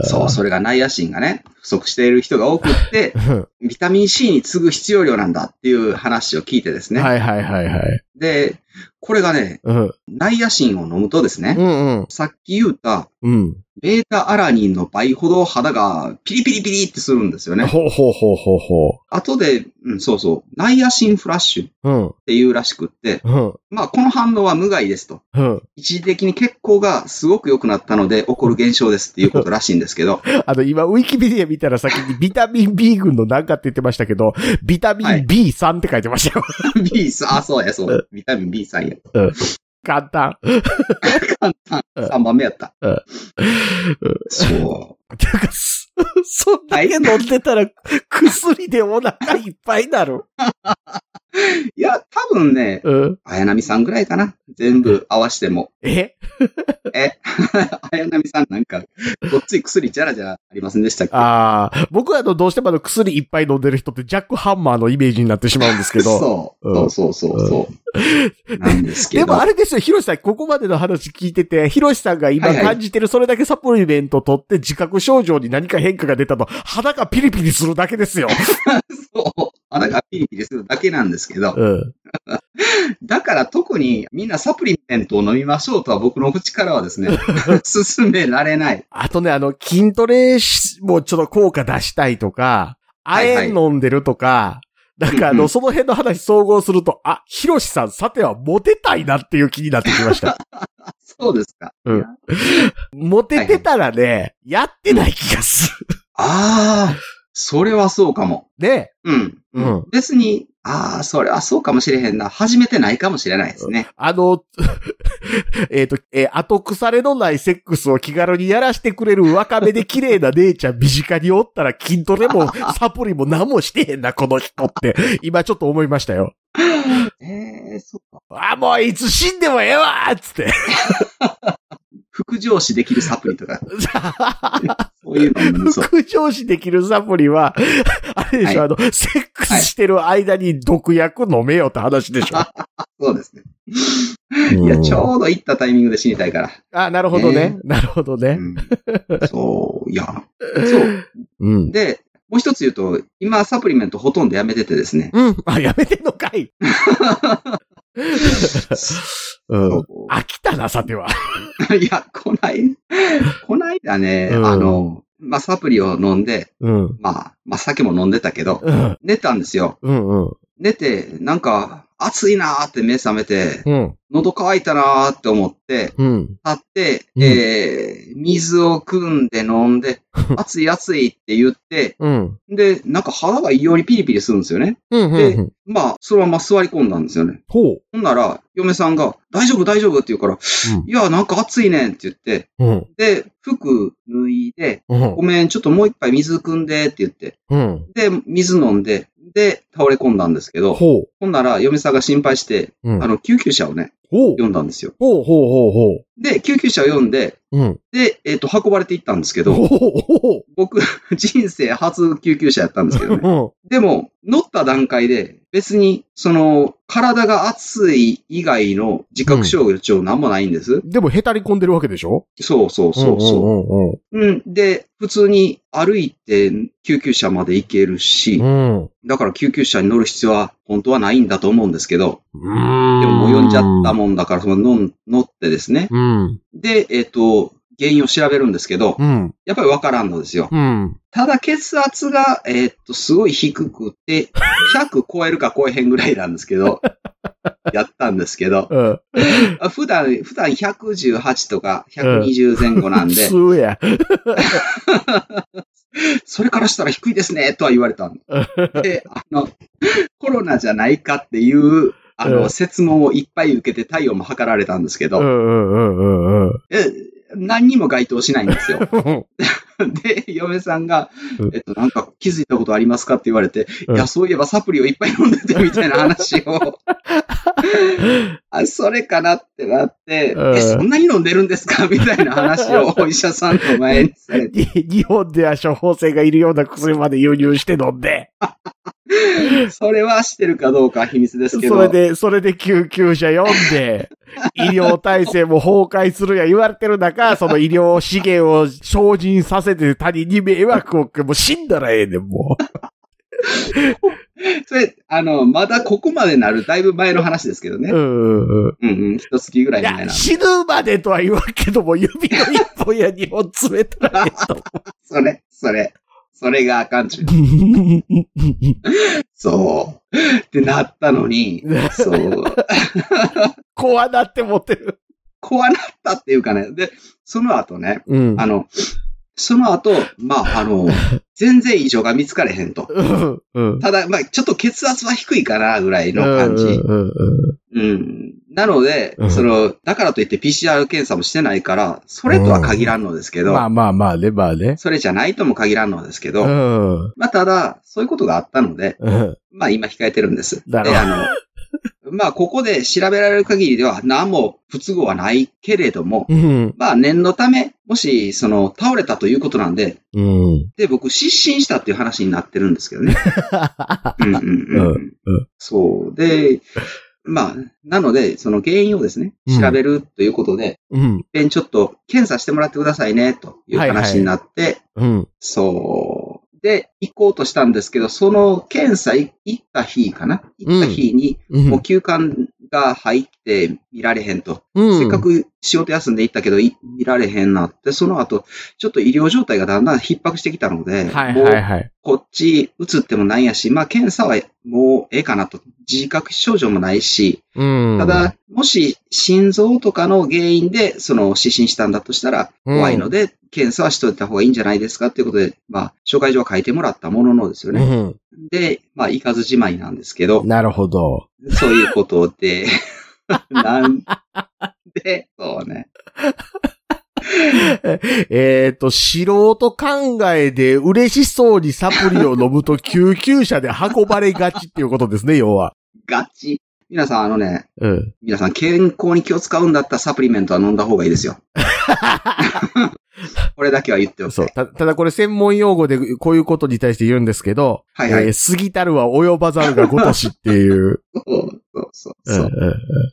[SPEAKER 3] そう、それがナイアシンがね、不足している人が多くって、ビタミン C に次ぐ必要量なんだっていう話を聞いてですね。
[SPEAKER 2] はいはいはいはい。
[SPEAKER 3] で、これがね、
[SPEAKER 2] うん。
[SPEAKER 3] ナイアシンを飲むとですね、
[SPEAKER 2] うんうん。
[SPEAKER 3] さっき言った、
[SPEAKER 2] うん。
[SPEAKER 3] ベータアラニンの倍ほど肌がピリピリピリってするんですよね。
[SPEAKER 2] ほうほうほうほうほ
[SPEAKER 3] 後で、うん、そうそう、ナイアシンフラッシュっ
[SPEAKER 2] う。うん。
[SPEAKER 3] ていうらしくって、
[SPEAKER 2] うん。
[SPEAKER 3] まあこの反応は無害ですと。
[SPEAKER 2] うん。
[SPEAKER 3] 一時的に血行がすごく良くなったので起こる現象ですっていうことらしいんですけ ど、
[SPEAKER 2] あの、今、ウィキペディア見たら先にビタミン B 群のなんかって言ってましたけど、ビタミン
[SPEAKER 3] はい
[SPEAKER 2] B3 って書いてましたよ。
[SPEAKER 3] B さん、あ、そうや、そうや。ビタミン B さんや。
[SPEAKER 2] 簡単。うん
[SPEAKER 3] 3番目やった
[SPEAKER 2] うん。
[SPEAKER 3] そう。
[SPEAKER 2] てか、そそんだけ飲んでたら、薬でお腹いっぱいになる。
[SPEAKER 3] いや、多分ね、
[SPEAKER 2] うん。
[SPEAKER 3] 綾波さんぐらいかな。全部合わしても。
[SPEAKER 2] え
[SPEAKER 3] え綾波さんなんか、ごっつい薬じゃらじゃらありませんでしたっけ
[SPEAKER 2] ああ、僕はあの、どうしてもあの、薬いっぱい飲んでる人ってジャックハンマーのイメージになってしまうんですけど。
[SPEAKER 3] そう、
[SPEAKER 2] うん
[SPEAKER 3] そうそうそうそう。なんですけ
[SPEAKER 2] で
[SPEAKER 3] ど。
[SPEAKER 2] もあれですよ、ヒロシさん、ここまでの話聞いてて、ヒロシさんが今
[SPEAKER 3] はいはい
[SPEAKER 2] 感じてるそれだけサプリメント取って自覚症状に何か変化が出たと、肌がピリピリするだけですよ。
[SPEAKER 3] そう。あなんかピリピリするだけなんですけど。
[SPEAKER 2] うん。
[SPEAKER 3] だから特にみんなサプリメントを飲みましょうとは僕の口からはです ね、勧められない。
[SPEAKER 2] あとね、あの、筋トレしもちょっと効果出したいとか、亜
[SPEAKER 3] はいはい
[SPEAKER 2] 鉛飲んでるとか、なんかあ
[SPEAKER 3] うんう
[SPEAKER 2] の、
[SPEAKER 3] ん
[SPEAKER 2] その辺の話総合すると、あ、ヒロシさん、さてはモテたいなっていう気になってきました。
[SPEAKER 3] そうですか。
[SPEAKER 2] うんモテてたらね、やってない気がする。
[SPEAKER 3] ああ、それはそうかも。
[SPEAKER 2] ね。
[SPEAKER 3] うん。
[SPEAKER 2] うん
[SPEAKER 3] 別に、ああ、それはそうかもしれへんな。始めてないかもしれないですね。
[SPEAKER 2] あの、 えっと、えー後腐れのないセックスを気軽にやらしてくれる若めで綺麗な姉ちゃん身近におったら筋トレも サプリも何もしてへんな、この人って。今ちょっと思いましたよ。
[SPEAKER 3] ええー、そっか。
[SPEAKER 2] あ、もういつ死んでもええわーっつって。
[SPEAKER 3] 副上司できるサプリとか、 そういうのもねそう。
[SPEAKER 2] 副上司できるサプリは、あれでしょ、
[SPEAKER 3] は
[SPEAKER 2] あの、セックスしてる間に毒薬飲めよって話でしょ。
[SPEAKER 3] そうですね。 いや、ち
[SPEAKER 2] うん
[SPEAKER 3] ょうど行ったタイミングで死にたいから。
[SPEAKER 2] あ、なるほどね
[SPEAKER 3] ね。
[SPEAKER 2] なるほど
[SPEAKER 3] う
[SPEAKER 2] ね。
[SPEAKER 3] ん、そう、いや。そう。
[SPEAKER 2] うん。
[SPEAKER 3] で、もう一つ言うと、今サプリメントほとんどやめててですね。
[SPEAKER 2] うん。あ、やめてんのかい。うん。
[SPEAKER 3] そう
[SPEAKER 2] 飽きたな、さては。
[SPEAKER 3] いや、こない、こないだね、
[SPEAKER 2] うん
[SPEAKER 3] あの、まあ、サプリを飲んで、
[SPEAKER 2] うん。
[SPEAKER 3] まあ、まあ、酒も飲んでたけど、
[SPEAKER 2] うん。
[SPEAKER 3] 寝たんですよ。
[SPEAKER 2] うん。
[SPEAKER 3] 寝て、なんか、暑いなーって目覚めて、
[SPEAKER 2] うん。
[SPEAKER 3] 喉乾いたなーって思って、
[SPEAKER 2] うん。
[SPEAKER 3] 立って、
[SPEAKER 2] うん
[SPEAKER 3] えー、水を汲んで飲ん で、暑い暑いって言って、
[SPEAKER 2] うん。
[SPEAKER 3] で、なんか腹が異様にピリピリするんですよね。
[SPEAKER 2] うん。うん。
[SPEAKER 3] まあ、そのまま座り込んだんですよね。
[SPEAKER 2] ほう。
[SPEAKER 3] ほんなら、嫁さんが、大丈夫大丈夫って言うから、
[SPEAKER 2] ん
[SPEAKER 3] いや、なんか暑いねんって言って、
[SPEAKER 2] うん。
[SPEAKER 3] で、服脱いで、
[SPEAKER 2] うん
[SPEAKER 3] ご。めん、ちょっともう一杯水汲んでって言って、
[SPEAKER 2] うん。
[SPEAKER 3] で、水飲んで、で、倒れ込んだんですけど、
[SPEAKER 2] ほう。
[SPEAKER 3] ほんなら、嫁さんが心配して、
[SPEAKER 2] うん
[SPEAKER 3] あ。の、救急車をね、
[SPEAKER 2] ほう。
[SPEAKER 3] 呼んだんですよ。
[SPEAKER 2] ほうほうほうほ
[SPEAKER 3] で、救急車を呼んで、
[SPEAKER 2] う。うん。
[SPEAKER 3] で、えっ、と、運ばれていったんですけ
[SPEAKER 2] ほ
[SPEAKER 3] ど
[SPEAKER 2] う、ほ
[SPEAKER 3] 僕、人生初救急車やったんですけど
[SPEAKER 2] う
[SPEAKER 3] ね。でも、乗った段階で、別に、その、体が熱い以外の自覚症状なんもないんです。
[SPEAKER 2] でも、へたり込んでるわけでしょ
[SPEAKER 3] そうそうそうそう。
[SPEAKER 2] そ
[SPEAKER 3] うん。で、普通に歩いて救急車まで行けるし
[SPEAKER 2] う。う、ん。う
[SPEAKER 3] だから救急車に乗る必要は本当はないんだと思うんですけど、
[SPEAKER 2] ん。
[SPEAKER 3] でももう呼んじゃった
[SPEAKER 2] ん。
[SPEAKER 3] もんだから、その乗ん乗ってですね。
[SPEAKER 2] うん。
[SPEAKER 3] で、えっ、と、原因を調べるんですけど、
[SPEAKER 2] うん。
[SPEAKER 3] やっぱりわからんのですよ。
[SPEAKER 2] うん。
[SPEAKER 3] ただ血圧が、えっと、すごい低くて、100超えるか超えへんぐらいなんですけ ど、やったんですけど、
[SPEAKER 2] うん。
[SPEAKER 3] あ普段、普段118とか120前後なん
[SPEAKER 2] 普
[SPEAKER 3] で、
[SPEAKER 2] 通や。
[SPEAKER 3] それからしたら低いですね、とは言われたんで、あの、コロナじゃないかっていう、あ
[SPEAKER 2] う
[SPEAKER 3] の、
[SPEAKER 2] ん
[SPEAKER 3] 説問をいっぱい受けて体温も測られたんですけ
[SPEAKER 2] う
[SPEAKER 3] ど、
[SPEAKER 2] んうんうんうんうん。
[SPEAKER 3] え何にも該当しないんですよ。 で、嫁さんが
[SPEAKER 2] うん、
[SPEAKER 3] えっと、なんか気づいたことありますかって言われて、
[SPEAKER 2] うん
[SPEAKER 3] いや、そういえばサプリをいっぱい飲んでてみたいな話を、 あそれかなってなって、
[SPEAKER 2] うん
[SPEAKER 3] え、そんなに飲んでるんですかみたいな話 をお医者さんの前にされて、
[SPEAKER 2] に日本では処方箋がいるような薬まで輸入して飲んで、
[SPEAKER 3] それはしてるかどうかは秘密です
[SPEAKER 2] そ
[SPEAKER 3] けど、
[SPEAKER 2] れで、それで救急車呼ん で、医療体制も崩壊するや言われてる中、その医療資源を精進させて他人に迷惑をかけ、もう死んだらええねん、もう。
[SPEAKER 3] それ、あの、まだここまでなる、だいぶ前の話ですけどね。
[SPEAKER 2] うんうんうん。
[SPEAKER 3] うんうん、一月ぐらい
[SPEAKER 2] い
[SPEAKER 3] 前
[SPEAKER 2] や、
[SPEAKER 3] な。
[SPEAKER 2] 死ぬまでとは言わんけども、指の一本や二本詰 めたらええと。
[SPEAKER 3] それ、それ、それがあかんちゅう。そう。ってなったの に、そう。
[SPEAKER 2] 怖なって持ってる。
[SPEAKER 3] 怖なったっていうかね。で、その後ね、
[SPEAKER 2] うん
[SPEAKER 3] あの、その後、まあ、あ の、全然異常が見つかれへんと。
[SPEAKER 2] うんうん。
[SPEAKER 3] ただ、まあ、ちょっと血圧は低いかな、ぐらいの感
[SPEAKER 2] う
[SPEAKER 3] じ
[SPEAKER 2] ん。うんうん
[SPEAKER 3] うん。なので
[SPEAKER 2] う、ん
[SPEAKER 3] その、だからといって PCR 検査もしてないから、それとは限らんのですけ
[SPEAKER 2] うん。ま
[SPEAKER 3] ど、
[SPEAKER 2] あまあまあね、まあね。
[SPEAKER 3] それじゃないとも限らんのですけ
[SPEAKER 2] う
[SPEAKER 3] ど、
[SPEAKER 2] ん。
[SPEAKER 3] まあ、ただ、そういうことがあったので、
[SPEAKER 2] うん
[SPEAKER 3] まあ、今控えてるんです。
[SPEAKER 2] だろう
[SPEAKER 3] で、あの、まあ、ここで調べられる限りでは、何も不都合はないけれども、
[SPEAKER 2] うん。
[SPEAKER 3] まあ、念のため、もし、その、倒れたということなんで、
[SPEAKER 2] うん。
[SPEAKER 3] で、僕、失神したっていう話になってるんですけど ね。うんうんうん
[SPEAKER 2] ううん
[SPEAKER 3] そう。で、まあ、なので、その原因をですね、
[SPEAKER 2] うん
[SPEAKER 3] 調べるということで、
[SPEAKER 2] うん。
[SPEAKER 3] 一遍ちょっと検査してもらってくださいね、という話になって、
[SPEAKER 2] うん。
[SPEAKER 3] そう。で、行こうとしたんですけど、その検査い行った日かな行った日に、
[SPEAKER 2] うん
[SPEAKER 3] もう休館が入って見られへんと。
[SPEAKER 2] うん
[SPEAKER 3] せっかく仕事休んで行ったけど、い見られへんなって、その後、ちょっと医療状態がだんだん逼迫してきたので、
[SPEAKER 2] はい
[SPEAKER 3] もう
[SPEAKER 2] はいはい。
[SPEAKER 3] こっち移ってもないやし、まあ検査はもうええかなと、自覚症状もないし、
[SPEAKER 2] うん。
[SPEAKER 3] ただ、もし心臓とかの原因で、その失神したんだとしたら、
[SPEAKER 2] うん
[SPEAKER 3] 怖いので、検査はしといた方がいいんじゃないですかということで、まあ、紹介状は書いてもらったもののですよ
[SPEAKER 2] う
[SPEAKER 3] ね。
[SPEAKER 2] ん、
[SPEAKER 3] で、まあ、行かずじまいなんですけど、
[SPEAKER 2] なるほど。
[SPEAKER 3] そういうことで、なんで、そうね。
[SPEAKER 2] えっと、素人考えで嬉しそうにサプリを飲むと救急車で運ばれがちっていうことですね、要は。
[SPEAKER 3] ガチ。皆さん、あのね、
[SPEAKER 2] うん。
[SPEAKER 3] 皆さん、健康に気を使うんだったらサプリメントは飲んだ方がいい ですよ。これだけは言っておく
[SPEAKER 2] そう。。た、ただこれ専門用語でこういうことに対して言うんですけど、
[SPEAKER 3] はいはい
[SPEAKER 2] えー過ぎたるは及ばざるがごとしっていう。
[SPEAKER 3] そうそうそう
[SPEAKER 2] う
[SPEAKER 3] そう、
[SPEAKER 2] んうん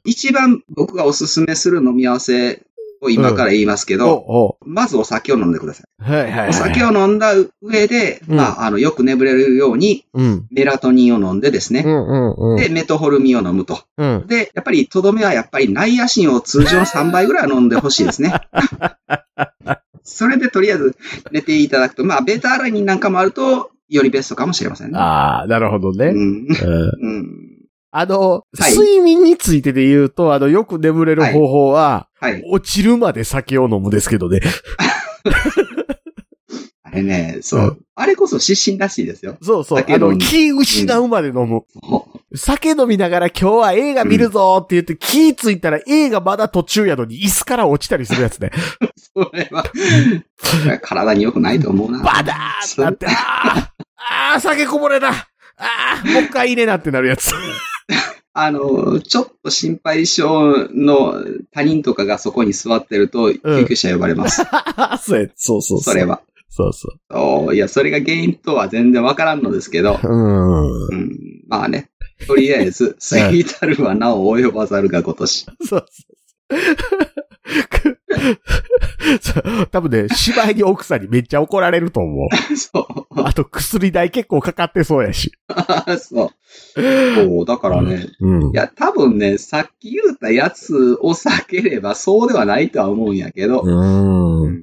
[SPEAKER 3] 一番僕がおすすめする飲み合わせを今から言いますけど、
[SPEAKER 2] おお
[SPEAKER 3] まずお酒を飲んでください。
[SPEAKER 2] はいはいはい。
[SPEAKER 3] お酒を飲んだ上で、
[SPEAKER 2] うん
[SPEAKER 3] まあ、あの、よく眠れるように
[SPEAKER 2] うん。
[SPEAKER 3] メラトニンを飲んでです
[SPEAKER 2] う
[SPEAKER 3] ね、
[SPEAKER 2] んうんうん。
[SPEAKER 3] で、メトホルミンを飲むと。
[SPEAKER 2] うん。
[SPEAKER 3] で、やっぱりとどめはやっぱりナイアシンを通常の3倍ぐらい飲んでほしいですね。それでとりあえず寝ていただくと、まあ、ベータアラニンなんかもあると、よりベストかもしれませんね。
[SPEAKER 2] ああ、なるほど
[SPEAKER 3] うん。
[SPEAKER 2] ね。うん
[SPEAKER 3] うん。
[SPEAKER 2] あの、
[SPEAKER 3] はい
[SPEAKER 2] 睡眠についてで言うと、あの、よく眠れる方法は、
[SPEAKER 3] はい。
[SPEAKER 2] 落ちるまで酒を飲むですけどね。
[SPEAKER 3] あれね、そう。
[SPEAKER 2] う
[SPEAKER 3] あれこそ失神らしいですよ。
[SPEAKER 2] そうそう。
[SPEAKER 3] 酒
[SPEAKER 2] あ
[SPEAKER 3] 飲む
[SPEAKER 2] の、気失うまで飲む。
[SPEAKER 3] そう
[SPEAKER 2] 酒飲みながら今日は映画見るぞって言って、気ついたら映画まだ途中やのに椅子から落ちたりする やつね。
[SPEAKER 3] それは、それは体に良くないと思うな。
[SPEAKER 2] バダーってなって、あーあー、酒こぼれだああ、もう一回入れなってなる やつ。
[SPEAKER 3] あの、ちょっと心配性の他人とかがそこに座ってると、救急車呼ばれます。
[SPEAKER 2] そうやそうそ
[SPEAKER 3] そ
[SPEAKER 2] うそう。
[SPEAKER 3] れは。
[SPEAKER 2] そうそ
[SPEAKER 3] おいや、それが原因とは全然わからんのですけど、
[SPEAKER 2] う。うーん。
[SPEAKER 3] うん、まあね。とりあえ ず、過ぎたるはなお及ばざるが今年。
[SPEAKER 2] そうそうそうそう。多分ね、芝居に奥さんにめっちゃ怒られる と思う。
[SPEAKER 3] そ
[SPEAKER 2] あと薬代結構かかってそうやし。
[SPEAKER 3] う。そう。そうだからね、
[SPEAKER 2] う
[SPEAKER 3] い。
[SPEAKER 2] ん
[SPEAKER 3] や、多分ね、さっき言ったやつを避ければそうではないとは思うんやけど、
[SPEAKER 2] うーん。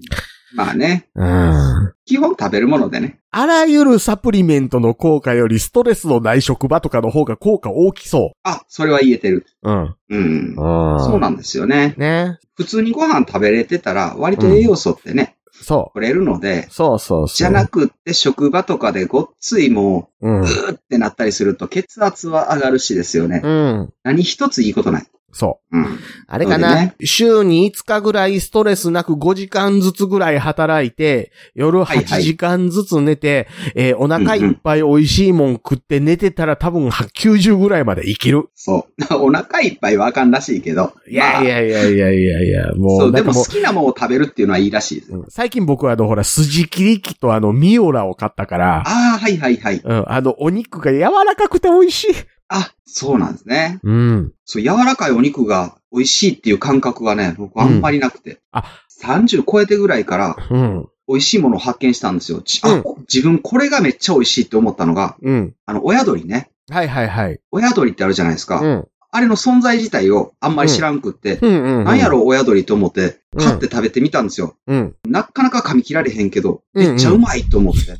[SPEAKER 3] まあね、
[SPEAKER 2] うん。
[SPEAKER 3] 基本食べるものでね。
[SPEAKER 2] あらゆるサプリメントの効果よりストレスのない職場とかの方が効果大きそ
[SPEAKER 3] あ、それは言えてる。
[SPEAKER 2] う。うん。
[SPEAKER 3] うん。そ
[SPEAKER 2] そう
[SPEAKER 3] なんですよね。
[SPEAKER 2] ね。
[SPEAKER 3] 普通にご飯食べれてたら、割と栄養素ってね、
[SPEAKER 2] そ
[SPEAKER 3] 取れるので
[SPEAKER 2] う。、そうそうそう。
[SPEAKER 3] じゃなくって職場とかでごっついも
[SPEAKER 2] うん。
[SPEAKER 3] う、うってなったりすると血圧は上がるしですよね。
[SPEAKER 2] うん。
[SPEAKER 3] 何一ついいことない。
[SPEAKER 2] そう。
[SPEAKER 3] うん。
[SPEAKER 2] あれかな、
[SPEAKER 3] そうだね
[SPEAKER 2] 週に5日ぐらいストレスなく5時間ずつぐらい働いて、夜
[SPEAKER 3] はいは
[SPEAKER 2] 8
[SPEAKER 3] い
[SPEAKER 2] 時間ずつ寝て、えーお腹いっぱい美味しいもん食って寝てたら多分90ぐらいまで生きる。
[SPEAKER 3] そう。 お腹いっぱいはあかんらしいけど。
[SPEAKER 2] いやい
[SPEAKER 3] まあ
[SPEAKER 2] やいやいやいやいや、も
[SPEAKER 3] そうう、
[SPEAKER 2] な
[SPEAKER 3] で
[SPEAKER 2] んか
[SPEAKER 3] も
[SPEAKER 2] もう
[SPEAKER 3] 好、きなものを食べるっていうのはいいらしいです。
[SPEAKER 2] うん最近僕はあの、ほら、筋切り器とあの、ミオラを買ったから、
[SPEAKER 3] ああ、はいはいはい。
[SPEAKER 2] うん、あの、お肉が柔らかくて美味しい。
[SPEAKER 3] あ、そうなんですね。
[SPEAKER 2] うん。
[SPEAKER 3] そう、柔らかいお肉が美味しいっていう感覚がね、僕あんまりなくて。
[SPEAKER 2] あ
[SPEAKER 3] 30超えてぐらいから
[SPEAKER 2] うん。
[SPEAKER 3] 美味しいものを発見したんですよ。ちあ
[SPEAKER 2] うん
[SPEAKER 3] こ自分これがめっちゃ美味しいって思ったのが、
[SPEAKER 2] うん。
[SPEAKER 3] あの、親鳥ね。
[SPEAKER 2] はいはいはい。
[SPEAKER 3] 親鳥ってあるじゃないですか。
[SPEAKER 2] うん。
[SPEAKER 3] あれの存在自体をあんまり知らんくって、
[SPEAKER 2] うんうん、うん。
[SPEAKER 3] なんやろう親鳥と思って、
[SPEAKER 2] うん
[SPEAKER 3] 買って食べてみたんですよ。
[SPEAKER 2] うん。
[SPEAKER 3] なかなか噛み切られへんけど、
[SPEAKER 2] うんうん
[SPEAKER 3] めっちゃうまいと思って。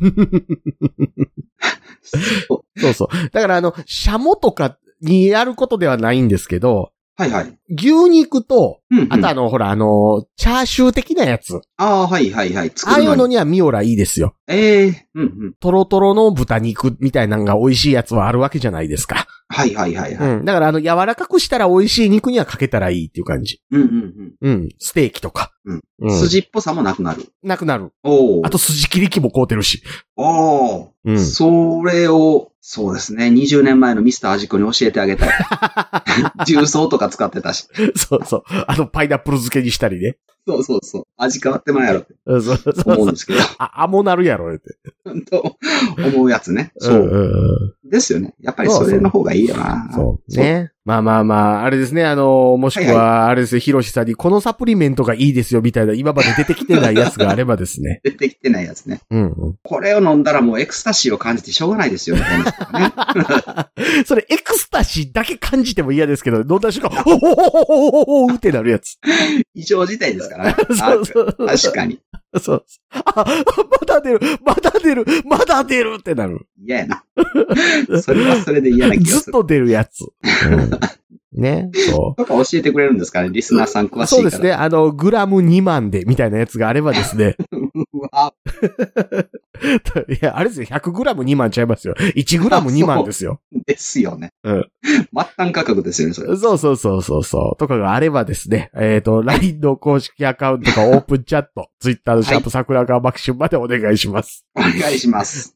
[SPEAKER 3] そう
[SPEAKER 2] そうそう。だからあの、シャモとかにやることではないんですけど、
[SPEAKER 3] はいはい。
[SPEAKER 2] 牛肉と、
[SPEAKER 3] うん、うん。
[SPEAKER 2] あとあの、ほら、あの、チャーシュー的なやつ。
[SPEAKER 3] ああ、はいはいはい。
[SPEAKER 2] ああ
[SPEAKER 3] 作
[SPEAKER 2] い
[SPEAKER 3] る
[SPEAKER 2] う
[SPEAKER 3] の
[SPEAKER 2] の
[SPEAKER 3] に。
[SPEAKER 2] にはミオラいいですよ。
[SPEAKER 3] ええうんうん。
[SPEAKER 2] トロトロの豚肉みたいなのが美味しいやつはあるわけじゃないですか。
[SPEAKER 3] はいはいはいはい。
[SPEAKER 2] うん。だからあの、柔らかくしたら美味しい肉にはかけたらいいっていう感じ。
[SPEAKER 3] うんうん
[SPEAKER 2] うん。ステーキとか。
[SPEAKER 3] うん。
[SPEAKER 2] う
[SPEAKER 3] うん。
[SPEAKER 2] ん、
[SPEAKER 3] 筋っぽさもなくなる。
[SPEAKER 2] なくなる。
[SPEAKER 3] おお。
[SPEAKER 2] あと筋切り器も凍ってるし。
[SPEAKER 3] おお。
[SPEAKER 2] うん。
[SPEAKER 3] それを、そうですね。20年前のミスター味子に教えてあげ たい。重曹とか使ってたし。
[SPEAKER 2] そうそう。あの、パイナップル漬けにしたりね。
[SPEAKER 3] そうそうそう。味変わってないやろって
[SPEAKER 2] うんそうそうそう
[SPEAKER 3] 思うんですけど。
[SPEAKER 2] あ、アモなるやろ、って。
[SPEAKER 3] と思うやつね。そ
[SPEAKER 2] うん
[SPEAKER 3] う。
[SPEAKER 2] うんうん。
[SPEAKER 3] ですよね。やっぱりそれの方がいいよな。
[SPEAKER 2] そう。ね。まあまあまあ、あれですね、あの、もしく
[SPEAKER 3] はい
[SPEAKER 2] は、あれですね、ヒロシさんに、このサプリメントがいいですよ、みたいな、今まで出てきてないやつが あればですね。
[SPEAKER 3] 出てきてないやつね。
[SPEAKER 2] うん、うん。
[SPEAKER 3] これを飲んだらもうエクスタシーを感じてしょうがないですよ ね。この人はね
[SPEAKER 2] それ、エクスタシーだけ感じても嫌ですけど、飲んだ瞬間、おおおおおおってなるやつ。
[SPEAKER 3] 異常事態ですからね。
[SPEAKER 2] そうそう。
[SPEAKER 3] あ確かに。
[SPEAKER 2] そう。あ、まだ出る、まだ出る、まだ出るってなる。
[SPEAKER 3] 嫌やな。それはそれで嫌な気が
[SPEAKER 2] ず
[SPEAKER 3] す
[SPEAKER 2] っ
[SPEAKER 3] る。
[SPEAKER 2] と出るやつ。うん、ね。そ
[SPEAKER 3] と
[SPEAKER 2] う。
[SPEAKER 3] か教えてくれるんですかね。リスナーさん詳しいから。
[SPEAKER 2] そうですね。あの、グラム2万で、みたいなやつがあればですね。
[SPEAKER 3] うわ。
[SPEAKER 2] いや、あれですよ。100グラム2万ちゃいますよ。1グラム2万ですよ。
[SPEAKER 3] ですよね。
[SPEAKER 2] うん
[SPEAKER 3] 末端価格ですよね、それ。
[SPEAKER 2] そうそうそうそうそう。とかがあればですね、えっ、と、LINE の公式アカウントかオープンチャット、Twitter のシャープ桜川マキシムまでお願いします。
[SPEAKER 3] お願いします。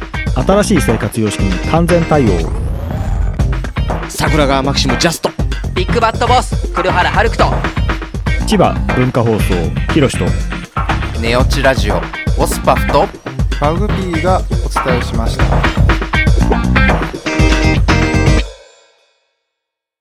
[SPEAKER 4] 新しい生活様式に完全対応
[SPEAKER 1] 桜川マキシムジャスト
[SPEAKER 5] ビッグバットボス黒原遥人
[SPEAKER 4] 千葉文化放送ひろしと
[SPEAKER 6] ネオチラジオオスパフと
[SPEAKER 7] マグピーがお伝えしました。